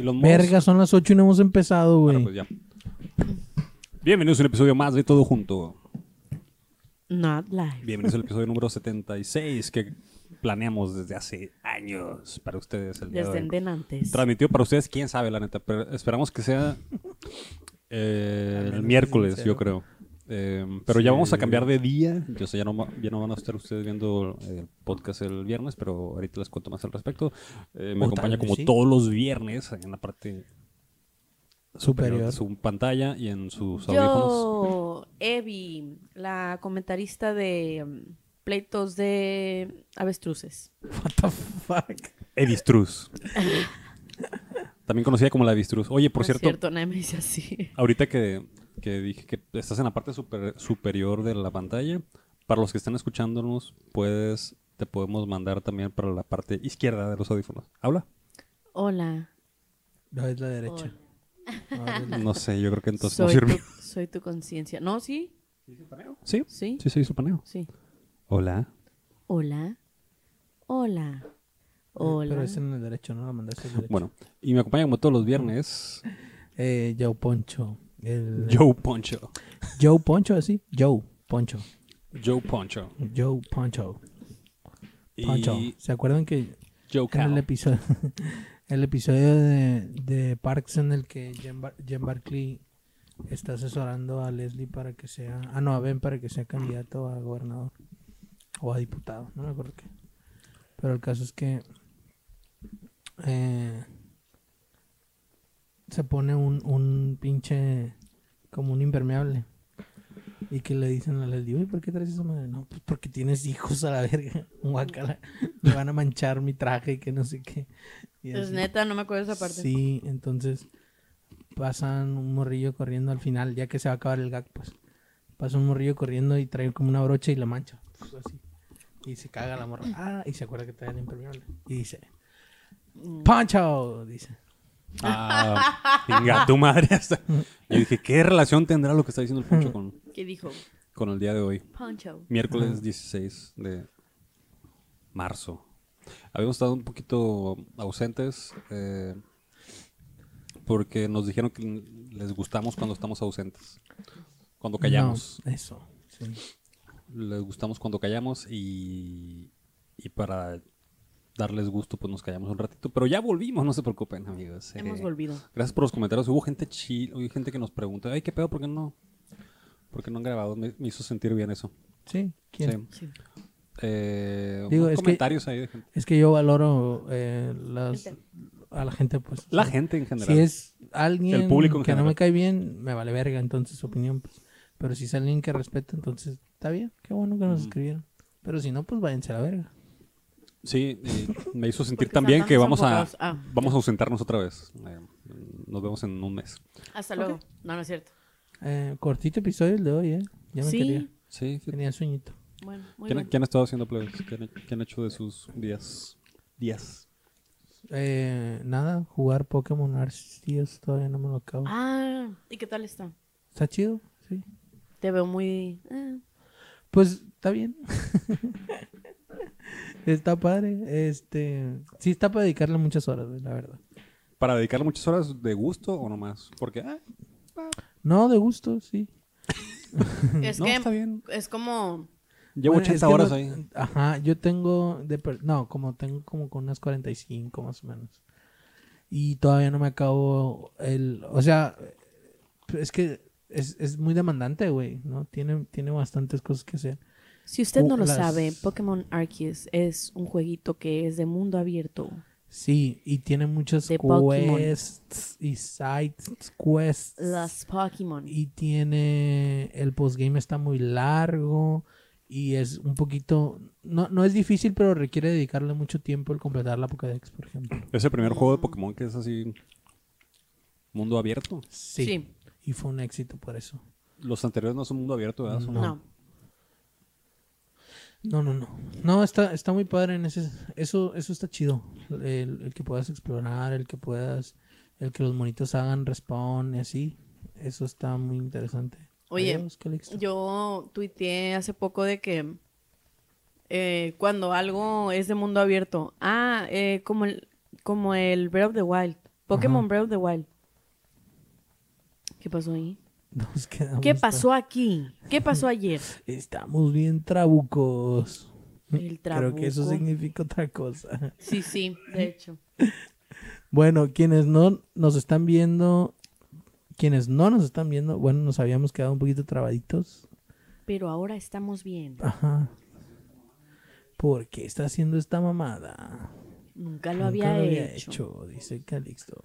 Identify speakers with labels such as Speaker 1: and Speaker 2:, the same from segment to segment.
Speaker 1: Y los mods-
Speaker 2: Verga, son las 8 y no hemos empezado, güey.
Speaker 1: Bueno, pues ya. Bienvenidos a un episodio más de Todo Junto.
Speaker 3: Not live.
Speaker 1: Bienvenidos al episodio número 76 que planeamos desde hace años para ustedes. El día
Speaker 3: Desde
Speaker 1: de hoy.
Speaker 3: envenantes.
Speaker 1: Transmitido para ustedes, quién sabe, la neta. Pero esperamos que sea eh, el miércoles, yo creo. Eh, pero ya vamos a cambiar de día. Yo sé, ya no, va- ya no van a estar ustedes viendo eh, el podcast el viernes, pero ahorita les cuento más al respecto. Eh, me
Speaker 2: O
Speaker 1: acompaña
Speaker 2: tal vez
Speaker 1: como
Speaker 2: sí.
Speaker 1: todos los viernes en la parte superior de
Speaker 2: Superior.
Speaker 1: su pantalla y en sus audífonos.
Speaker 3: Yo, Evi, la comentarista de mm, pleitos de avestruces.
Speaker 2: What the fuck.
Speaker 1: Edistruz. También conocida como la Edistruz. Oye, por
Speaker 3: No es
Speaker 1: cierto,
Speaker 3: cierto, nadie me dice así.
Speaker 1: Ahorita que, que dije que estás en la parte super- superior de la pantalla, para los que están escuchándonos, puedes, te podemos mandar también para la parte izquierda de los audífonos. ¿Habla?
Speaker 3: Hola.
Speaker 2: No, es la derecha. No, es la-
Speaker 1: No sé, yo creo que entonces no
Speaker 3: soy,
Speaker 1: sirve.
Speaker 3: tu, soy tu conciencia. No, sí,
Speaker 1: ¿Sí?
Speaker 3: sí,
Speaker 1: Sí, se hizo paneo.
Speaker 3: sí.
Speaker 1: Hola.
Speaker 3: Hola. Hola.
Speaker 1: Eh,
Speaker 3: Hola.
Speaker 2: Eh, Pero es en el derecho, no la mandaste al derecho.
Speaker 1: Bueno, y me acompaña como todos los viernes,
Speaker 2: Eh, Joe Poncho. El...
Speaker 1: Joe Poncho.
Speaker 2: Joe Poncho, así. Joe Poncho.
Speaker 1: Joe Poncho.
Speaker 2: Joe Poncho. Poncho.
Speaker 1: Y
Speaker 2: ¿Se acuerdan que
Speaker 1: Joe
Speaker 2: en el
Speaker 1: Cal.
Speaker 2: episodio, el episodio de, de Parks en el que Jen, Bar- Jen Barkley está asesorando a Leslie para que sea, ah no, a Ben para que sea candidato a gobernador o a diputado, no me acuerdo qué. Pero el caso es que eh, se pone un, un pinche como un impermeable. Y que le dicen a Leslie, uy, ¿por qué traes esa madre? No, pues porque tienes hijos a la verga, guácala. Me van a manchar mi traje y que no sé qué. Y
Speaker 3: Es
Speaker 2: así.
Speaker 3: neta, no me acuerdo esa parte.
Speaker 2: Sí, entonces pasan un morrillo corriendo al final, ya que se va a acabar el gag, pues. Pasa un morrillo corriendo y trae como una brocha y la mancha. pues, Así. Y se caga la morra. Ah, y se acuerda que trae el impermeable. Y dice,
Speaker 3: Mm.
Speaker 2: ¡Pancho! Dice.
Speaker 1: Ah, venga, tu madre. Hasta. Yo dije, ¿qué relación tendrá lo que está diciendo el Poncho con,
Speaker 3: ¿Qué dijo?
Speaker 1: con el día de hoy?
Speaker 3: Poncho.
Speaker 1: Miércoles 16 de marzo. Habíamos estado un poquito ausentes eh, porque nos dijeron que les gustamos cuando estamos ausentes. Cuando callamos.
Speaker 2: No, eso. sí.
Speaker 1: Les gustamos cuando callamos y, y para darles gusto pues nos callamos un ratito. Pero ya volvimos, no se preocupen amigos.
Speaker 3: Hemos
Speaker 1: Eh,
Speaker 3: volvido.
Speaker 1: Gracias por los comentarios. Hubo gente chill, hubo gente que nos preguntó, ay, ¿qué pedo? ¿Por qué no? ¿Por qué no han grabado? Me, me hizo sentir bien eso.
Speaker 2: Sí, ¿quién?
Speaker 1: Sí.
Speaker 3: Sí.
Speaker 1: Eh,
Speaker 2: Digo,
Speaker 1: unos
Speaker 2: es que-
Speaker 1: comentarios ahí de gente.
Speaker 2: Es que yo valoro eh, las- a la gente, pues.
Speaker 1: La
Speaker 2: o sea,
Speaker 1: gente en general.
Speaker 2: Si es alguien
Speaker 1: El público en
Speaker 2: que no
Speaker 1: general.
Speaker 2: me cae bien, me vale verga, entonces su opinión. pues. Pero si es alguien que respeto, entonces está bien. Qué bueno que nos escribieron. Pero si no, pues váyanse a la verga.
Speaker 1: Sí, y me hizo sentir
Speaker 3: Porque
Speaker 1: también
Speaker 3: están
Speaker 1: que
Speaker 3: tan
Speaker 1: vamos a,
Speaker 3: desenfocados. Ah.
Speaker 1: vamos a ausentarnos otra vez. Eh, nos vemos en un mes.
Speaker 3: Hasta luego. No, no es cierto.
Speaker 2: Eh, cortito episodio el de hoy, ¿eh? Ya me
Speaker 3: sí.
Speaker 2: quería.
Speaker 1: Sí. sí.
Speaker 2: Tenía sueñito.
Speaker 3: Bueno, muy
Speaker 1: ¿Quién, ha-
Speaker 3: bien.
Speaker 1: quién ha estado haciendo plebes? ¿Quién, ha- quién ha hecho de sus días? Días.
Speaker 2: Eh, nada, jugar Pokémon Arceus todavía no me lo acabo.
Speaker 3: Ah, ¿y qué tal está?
Speaker 2: Está chido, sí.
Speaker 3: Te veo muy. eh,
Speaker 2: Pues está bien. está padre. Este, sí está para dedicarle muchas horas, güey, la verdad.
Speaker 1: ¿Para dedicar muchas horas de gusto o nomás? Porque, ah,
Speaker 2: No, de gusto, sí.
Speaker 3: Es
Speaker 1: no,
Speaker 3: que
Speaker 1: está bien.
Speaker 3: es como.
Speaker 1: Llevo 80
Speaker 2: Bueno, Pues, es que
Speaker 1: horas
Speaker 2: no-
Speaker 1: ahí.
Speaker 2: Ajá, yo tengo de per- no, como tengo como con unas 45 más o menos. Y todavía no me acabo el, o sea, es que es, es muy demandante, güey, ¿no? Tiene tiene bastantes cosas que hacer.
Speaker 3: Si usted no
Speaker 2: Uh,
Speaker 3: lo
Speaker 2: las-
Speaker 3: sabe, Pokémon Arceus es un jueguito que es de mundo abierto.
Speaker 2: Sí, y tiene muchas
Speaker 3: De Pokémon.
Speaker 2: quests y sites quests.
Speaker 3: Las Pokémon.
Speaker 2: y tiene el postgame está muy largo y es un poquito no, no es difícil pero requiere dedicarle mucho tiempo el completar la Pokédex por ejemplo
Speaker 1: Es el primer
Speaker 2: Mm.
Speaker 1: juego de Pokémon que es así. Mundo abierto.
Speaker 2: sí,
Speaker 3: Sí.
Speaker 2: y fue un éxito por eso
Speaker 1: Los anteriores no son mundo abierto, ¿verdad? Son-
Speaker 3: No.
Speaker 2: no no no no está está muy padre en ese eso eso está chido el, el que puedas explorar el que puedas el que los monitos hagan respawn y así eso está muy interesante
Speaker 3: Oye,
Speaker 2: Adiós, Calixto.
Speaker 3: Yo tuiteé hace poco de que eh, cuando algo es de mundo abierto, ah, Ah, eh, como, el, como el Breath of the Wild. Pokémon Breath of the Wild. ¿Qué pasó ahí?
Speaker 2: Nos quedamos
Speaker 3: ¿Qué
Speaker 2: tra-
Speaker 3: pasó aquí? ¿Qué pasó ayer?
Speaker 2: Estamos bien trabucos.
Speaker 3: El
Speaker 2: Creo que eso
Speaker 3: trabuco.
Speaker 2: significa otra cosa.
Speaker 3: Sí, sí, de hecho.
Speaker 2: Bueno, quienes no nos están viendo, quienes no nos están viendo, bueno, nos habíamos quedado un poquito trabaditos.
Speaker 3: Pero ahora estamos bien.
Speaker 2: Ajá. ¿Por qué está haciendo esta mamada?
Speaker 3: Nunca lo,
Speaker 2: Nunca
Speaker 3: había, hecho.
Speaker 2: dice Calixto.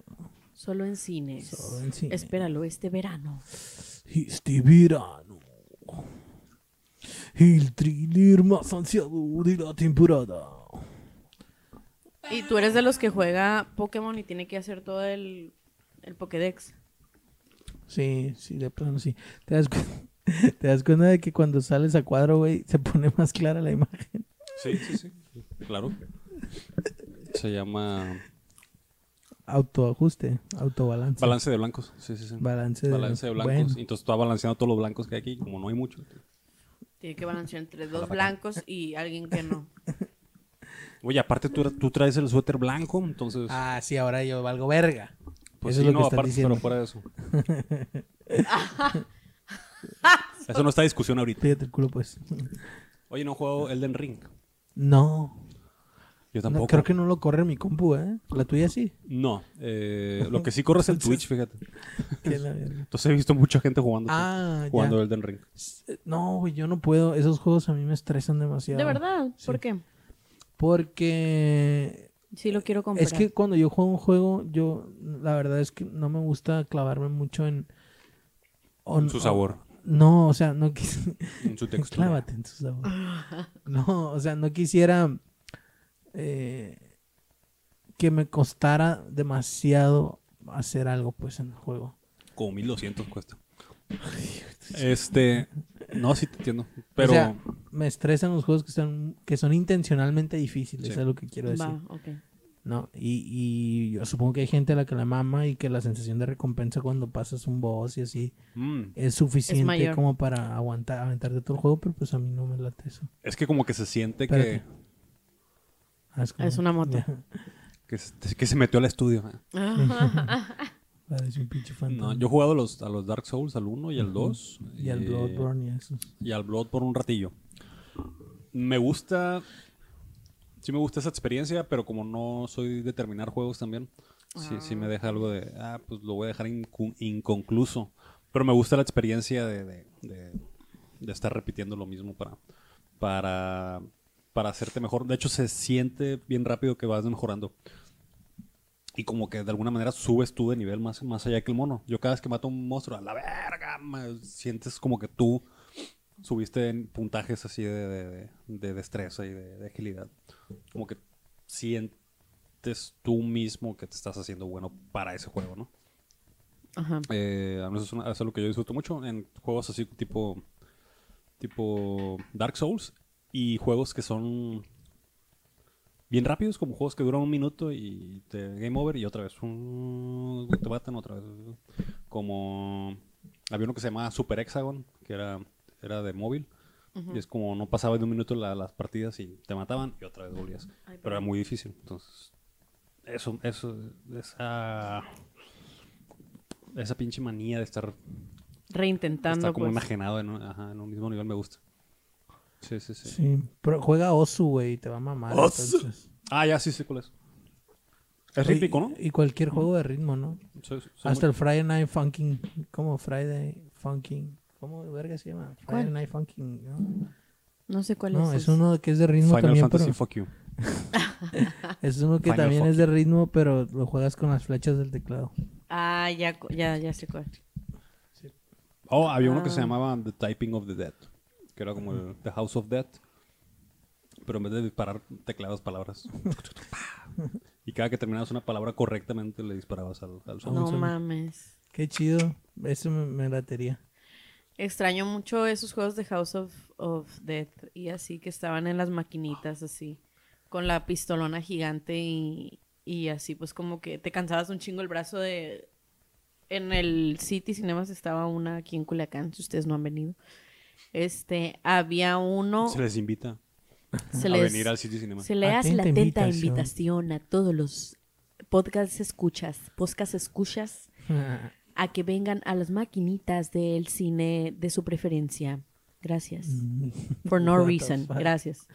Speaker 3: Solo en cines.
Speaker 2: Solo en cine.
Speaker 3: Espéralo este verano.
Speaker 2: Este verano, el thriller más ansiado de la temporada.
Speaker 3: Y tú eres de los que juega Pokémon y tiene que hacer todo el, el Pokédex.
Speaker 2: Sí, sí, de plano sí. ¿Te das, cu- te das cuenta de que cuando sales a cuadro, güey, se pone más clara la imagen?
Speaker 1: Sí, sí, sí. Claro. Se llama
Speaker 2: Autoajuste, autobalance.
Speaker 1: balance de blancos. Sí, sí, sí.
Speaker 2: Balance de-
Speaker 1: Balance de blancos.
Speaker 2: bueno.
Speaker 1: Entonces está balanceando todos los blancos que hay aquí, como no hay mucho.
Speaker 3: Tiene que balancear entre dos blancos y alguien que no.
Speaker 1: Oye, aparte tú, tú traes el suéter blanco, entonces.
Speaker 2: Ah, sí, ahora yo valgo verga.
Speaker 1: pues
Speaker 2: eso
Speaker 1: sí,
Speaker 2: es lo
Speaker 1: no,
Speaker 2: que están
Speaker 1: aparte,
Speaker 2: diciendo.
Speaker 1: pero fuera de eso. eso no está en discusión ahorita.
Speaker 2: Pégate el culo, pues.
Speaker 1: Oye, no juego Elden Ring.
Speaker 2: No.
Speaker 1: Yo
Speaker 2: No,
Speaker 1: tampoco.
Speaker 2: creo que no lo corre mi compu, ¿eh? La tuya sí.
Speaker 1: No, eh, lo que sí corre es el Twitch, fíjate.
Speaker 2: Que la verga.
Speaker 1: Entonces he visto mucha gente jugando,
Speaker 2: Ah,
Speaker 1: jugando
Speaker 2: ya.
Speaker 1: Elden Ring.
Speaker 2: S- No, güey, yo no puedo. Esos juegos a mí me estresan demasiado.
Speaker 3: ¿De verdad? ¿Por qué?
Speaker 2: Porque
Speaker 3: Sí lo quiero comprar.
Speaker 2: Es que cuando yo juego un juego, yo la verdad es que no me gusta clavarme mucho en... o-
Speaker 1: En su
Speaker 2: o-
Speaker 1: sabor,
Speaker 2: no, o sea, no quis-
Speaker 1: en su textura.
Speaker 2: Clávate en su sabor. No, o sea, no quisiera eh, que me costara demasiado hacer algo pues en el juego.
Speaker 1: Como 1200 cuesta. Este, no, sí te entiendo. Pero
Speaker 2: O sea, me estresan los juegos que son, que son intencionalmente difíciles,
Speaker 1: Sí.
Speaker 2: es lo que quiero decir.
Speaker 3: Va, ok.
Speaker 2: ¿no? Y, y yo supongo que hay gente a la que la mama y que la sensación de recompensa cuando pasas un boss y así
Speaker 1: mm,
Speaker 2: es suficiente
Speaker 3: mayor.
Speaker 2: como para aguantar, aventarte todo el juego, pero pues a mí no me late eso.
Speaker 1: es que como que se siente que,
Speaker 2: Espérate. Ah, como-
Speaker 3: Es una moto.
Speaker 2: Ya,
Speaker 1: que, se- que se metió al estudio. ¿eh?
Speaker 2: parece un pinche fantasma.
Speaker 1: No, yo eh, he jugado a los, a los Dark Souls, al 1 y al 2.
Speaker 2: Y al Bloodborne y eso.
Speaker 1: y al Blood por un ratillo. Me gusta, sí me gusta esa experiencia, pero como no soy de terminar juegos también, sí, sí me deja algo de, ah, pues lo voy a dejar incu- inconcluso. Pero me gusta la experiencia de, de- de- de estar repitiendo lo mismo para, para, para hacerte mejor. De hecho, se siente bien rápido que vas mejorando. Y como que de alguna manera subes tú de nivel más, más allá que el mono. Yo cada vez que mato a un monstruo, a la verga, me- sientes como que tú subiste en puntajes así de, de- de- de destreza y de, de agilidad. Como que sientes tú mismo que te estás haciendo bueno para ese juego, ¿no?
Speaker 3: Ajá.
Speaker 1: Eh, a mí eso es, una- eso es algo que yo disfruto mucho en juegos así tipo, tipo Dark Souls y juegos que son bien rápidos, como juegos que duran un minuto y te game over y otra vez um, te matan otra vez. Como había uno que se llamaba Super Hexagon, que era, era de móvil. Y es como no pasaba de un minuto la- las partidas y te mataban y otra vez volvías. Pero era muy difícil. Entonces, eso, eso, esa esa pinche manía de estar,
Speaker 3: Reintentando.
Speaker 1: estar como
Speaker 3: pues.
Speaker 1: imaginado en un, ajá, en un mismo nivel me gusta. Sí, sí, sí.
Speaker 2: Sí, pero juega Osu, güey, y te va a mamar.
Speaker 1: Osu.
Speaker 2: entonces.
Speaker 1: Ah, ya sí sé cuál es. Es
Speaker 2: Y-
Speaker 1: rítmico, ¿no?
Speaker 2: Y cualquier juego de ritmo, ¿no?
Speaker 1: Soy- soy
Speaker 2: Hasta
Speaker 1: muy-
Speaker 2: el Friday Night Funkin', ¿cómo? Friday Funkin', ¿cómo verga se llama? Friday
Speaker 3: ¿Cuál?
Speaker 2: Night Funkin', ¿no?
Speaker 3: No sé cuál
Speaker 2: No,
Speaker 3: es.
Speaker 2: es
Speaker 3: ese.
Speaker 2: uno que es de ritmo
Speaker 1: Final
Speaker 2: también,
Speaker 1: Fantasy
Speaker 2: pero...
Speaker 1: Fuck You.
Speaker 2: Es uno que
Speaker 1: Final
Speaker 2: también es de ritmo, pero lo juegas con las flechas del teclado.
Speaker 3: Ah, ya, cu- ya, ya sé cuál.
Speaker 1: Oh, había uno que se
Speaker 3: Ah.
Speaker 1: llamaba The Typing of the Dead, que era como el The House of Death, pero en vez de disparar tecleabas palabras. y cada que terminabas una palabra correctamente le disparabas al, al zombie.
Speaker 3: No mames.
Speaker 2: Qué chido. Eso me, me latería.
Speaker 3: Extraño mucho esos juegos de House of, of Death y así que estaban en las maquinitas así, con la pistolona gigante y, y así pues como que te cansabas un chingo el brazo de... En el City Cinemas estaba una aquí en Culiacán, si ustedes no han venido. Este, había uno...
Speaker 1: Se les invita.
Speaker 3: Se
Speaker 1: a
Speaker 3: les,
Speaker 1: venir al City Cinema.
Speaker 3: se le hace la
Speaker 2: Atenta
Speaker 3: atenta
Speaker 2: invitación.
Speaker 3: invitación a todos los podcasts escuchas, podcast escuchas, a que vengan a las maquinitas del cine de su preferencia. Gracias.
Speaker 2: Mm.
Speaker 3: For no
Speaker 2: What the
Speaker 3: reason.
Speaker 2: fuck.
Speaker 3: Gracias.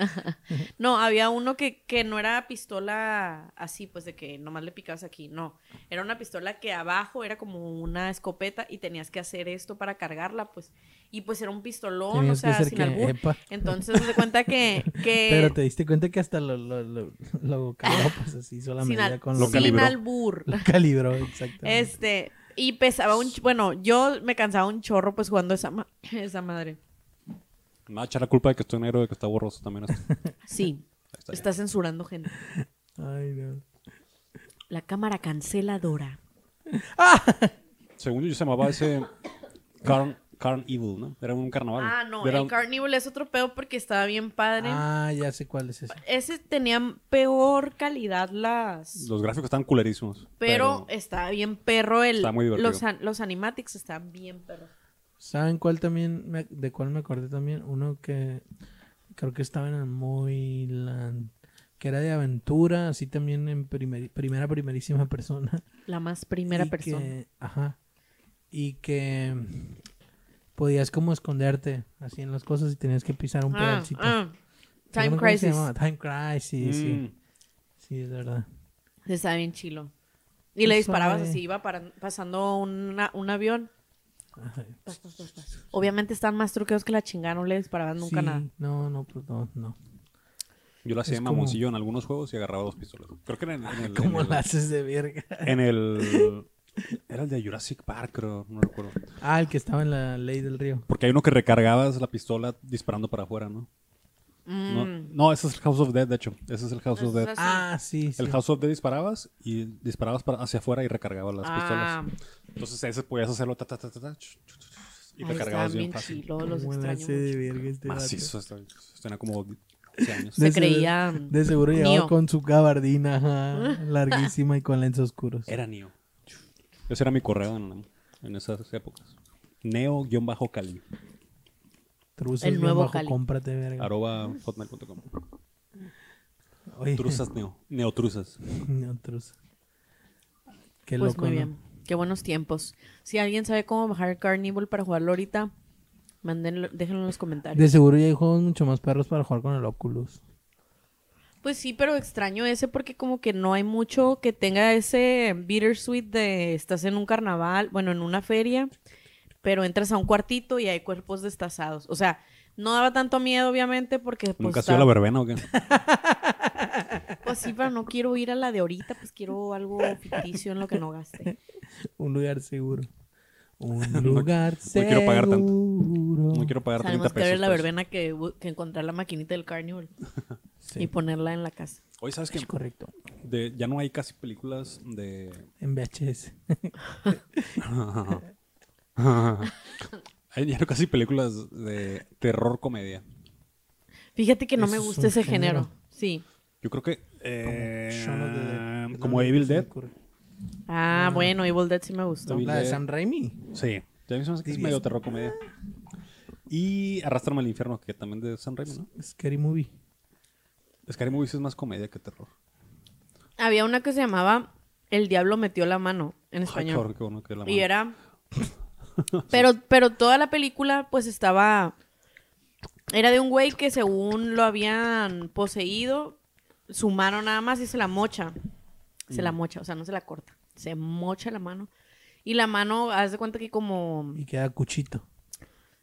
Speaker 3: no, había uno que, que no era pistola así, pues de que nomás le picabas aquí. No. Era una pistola que abajo era como una escopeta y tenías que hacer esto para cargarla, pues. Y pues era un pistolón,
Speaker 2: Tenías que
Speaker 3: o sea,
Speaker 2: hacer
Speaker 3: sin
Speaker 2: que-
Speaker 3: albur.
Speaker 2: epa.
Speaker 3: Entonces, se cuenta que. que
Speaker 2: Pero te diste cuenta que hasta lo, lo, lo, lo caló, pues así,
Speaker 3: sin,
Speaker 2: solamente
Speaker 3: al-
Speaker 2: con
Speaker 1: Lo
Speaker 2: los-
Speaker 3: sin
Speaker 1: calibró.
Speaker 3: albur.
Speaker 2: Lo calibró, exactamente.
Speaker 3: Este, y pesaba un... ch- Bueno, yo me cansaba un chorro pues jugando esa, ma- esa madre.
Speaker 1: Me va a echar la culpa de que estoy negro y de que está borroso también. esto.
Speaker 3: Sí,
Speaker 1: Está
Speaker 3: está censurando gente.
Speaker 2: Ay, no.
Speaker 3: La cámara canceladora.
Speaker 1: Según yo, se llamaba ese Carn, Carn Evil, ¿no? Era un carnaval.
Speaker 3: Ah, no,
Speaker 1: Era
Speaker 3: el
Speaker 1: un-
Speaker 3: Carnival es otro pedo porque estaba bien padre.
Speaker 2: Ah, ya sé cuál es ese.
Speaker 3: Ese tenía peor calidad las...
Speaker 1: Los gráficos estaban culerísimos.
Speaker 3: Pero, estaba bien perro el...
Speaker 1: Está muy divertido.
Speaker 3: los, an- los animatics estaban bien perros.
Speaker 2: ¿Saben cuál también? me- ¿De cuál me acordé también? Uno que creo que estaba en el Moyland, que era de aventura, así también en primer- primera, primerísima persona.
Speaker 3: La más primera
Speaker 2: Y
Speaker 3: persona.
Speaker 2: que- ajá. Y que podías como esconderte así en las cosas y tenías que pisar un
Speaker 3: Ah,
Speaker 2: pedacito.
Speaker 3: ah. Time
Speaker 2: ¿Recuerdan cómo se
Speaker 3: Crisis.
Speaker 2: llamaba? Time Crisis, sí.
Speaker 1: Mm.
Speaker 2: Sí, es verdad.
Speaker 3: Estaba bien chilo.
Speaker 2: Qué
Speaker 3: Y le disparabas
Speaker 2: suave.
Speaker 3: así, iba para- pasando una- un avión
Speaker 2: Ajá.
Speaker 3: Obviamente están más truqueos que la chingada, no le disparaban nunca
Speaker 2: Sí,
Speaker 3: nada.
Speaker 2: No, no, pues no, no.
Speaker 1: Yo la hacía
Speaker 2: Es
Speaker 1: en
Speaker 2: como-
Speaker 1: mamoncillo en algunos juegos y agarraba dos pistolas. Creo que era en, en el.
Speaker 2: ¿Cómo
Speaker 1: en el-
Speaker 2: la haces de verga?
Speaker 1: en el- Era el de Jurassic Park, creo. No recuerdo.
Speaker 2: Ah, el que estaba en la ley del río.
Speaker 1: Porque hay uno que recargabas la pistola disparando para afuera, ¿no? No, no, ese es el House of Dead, de hecho. Ese es el House of
Speaker 3: Ese Mm. es
Speaker 1: Dead.
Speaker 3: Sí.
Speaker 2: Ah, sí, sí.
Speaker 1: El House of Dead disparabas y disparabas para hacia afuera y recargabas las
Speaker 3: Ah.
Speaker 1: pistolas. Entonces ese podías hacerlo ta, ta, ta, ta, ta, ch, ch, ch, ch, y
Speaker 3: Ay,
Speaker 1: recargabas
Speaker 3: estaban
Speaker 1: bien
Speaker 3: bien
Speaker 1: fácil.
Speaker 3: chilos, los
Speaker 2: ¿Cómo la
Speaker 3: extraño
Speaker 2: hace de
Speaker 3: mucho.
Speaker 2: verga este vato?
Speaker 1: Macizo, esto- esto tenía como 11 años.
Speaker 3: Se
Speaker 2: De seguro-
Speaker 3: creía,
Speaker 2: De seguro llegaba
Speaker 3: Neo.
Speaker 2: con su gabardina ajá, larguísima y con lentes oscuros.
Speaker 1: Era Neo. Ese era mi correo en, en esas épocas. Neo-cali.
Speaker 2: Truzas
Speaker 3: El
Speaker 2: bien
Speaker 3: nuevo
Speaker 2: bajo,
Speaker 3: Cali.
Speaker 2: cómprate, verga.
Speaker 1: Arroba
Speaker 3: Pues,
Speaker 1: hotmail.com.
Speaker 2: Oye,
Speaker 1: Truzas Neo. Neotruzas.
Speaker 2: no, truza. Qué
Speaker 3: Pues
Speaker 2: loco,
Speaker 3: muy
Speaker 2: ¿no?
Speaker 3: bien. Qué buenos tiempos. Si alguien sabe cómo bajar el Carnival para jugarlo ahorita, mándenlo, déjenlo en los comentarios.
Speaker 2: De seguro ya hay juegos mucho más perros para jugar con el Oculus.
Speaker 3: Pues sí, pero extraño ese porque como que no hay mucho que tenga ese bittersweet de estás en un carnaval, bueno, en una feria, pero entras a un cuartito y hay cuerpos destazados. O sea, no daba tanto miedo, obviamente, porque pues,
Speaker 1: ¿Nunca has
Speaker 3: estaba-
Speaker 1: sido la verbena o qué?
Speaker 3: Pues sí, pero no quiero ir a la de ahorita, pues quiero algo ficticio en lo que no gaste.
Speaker 2: Un lugar seguro. Un lugar seguro.
Speaker 1: no quiero pagar tanto. No quiero pagar 30
Speaker 3: Sabemos
Speaker 1: pesos.
Speaker 3: que ver la
Speaker 1: pues.
Speaker 3: verbena que, bu- que encontrar la maquinita del carnival
Speaker 2: Sí,
Speaker 3: y ponerla en la casa.
Speaker 1: Oye, ¿sabes qué?
Speaker 2: es correcto.
Speaker 1: De- ya no hay casi películas de...
Speaker 2: En VHS.
Speaker 1: Hay ya no casi películas de terror comedia.
Speaker 3: Fíjate que no
Speaker 2: Eso
Speaker 3: me
Speaker 2: es
Speaker 3: gusta
Speaker 2: un
Speaker 3: ese género.
Speaker 2: género.
Speaker 3: Sí.
Speaker 1: Yo creo que...
Speaker 2: Shaun of the Dead.
Speaker 1: eh,
Speaker 2: Es lo
Speaker 1: como
Speaker 2: único que
Speaker 1: Evil
Speaker 2: se me
Speaker 1: Dead.
Speaker 2: ocurre.
Speaker 3: Ah, bueno, Evil Dead sí me gustó.
Speaker 1: Evil
Speaker 2: La de
Speaker 1: Dead.
Speaker 2: Sam Raimi.
Speaker 1: Sí. Ya mismo es que es
Speaker 2: Dirías.
Speaker 1: medio terror comedia. Y Arrastrame al infierno, que también de San Raimi, ¿no?
Speaker 2: Scary Movie.
Speaker 1: Scary Movies es más comedia que terror.
Speaker 3: Había una que se llamaba El Diablo metió la mano
Speaker 1: Ay,
Speaker 3: en
Speaker 1: qué
Speaker 3: español.
Speaker 1: horror, qué bueno que la
Speaker 3: y
Speaker 1: mano.
Speaker 3: era. Pero, pero toda la película, pues estaba. Era de un güey que según lo habían poseído, su mano nada más y se la mocha. Se
Speaker 1: Mm.
Speaker 3: la mocha, o sea, no se la corta. Se mocha la mano. Y la mano, haz de cuenta que como
Speaker 2: Y queda cuchito.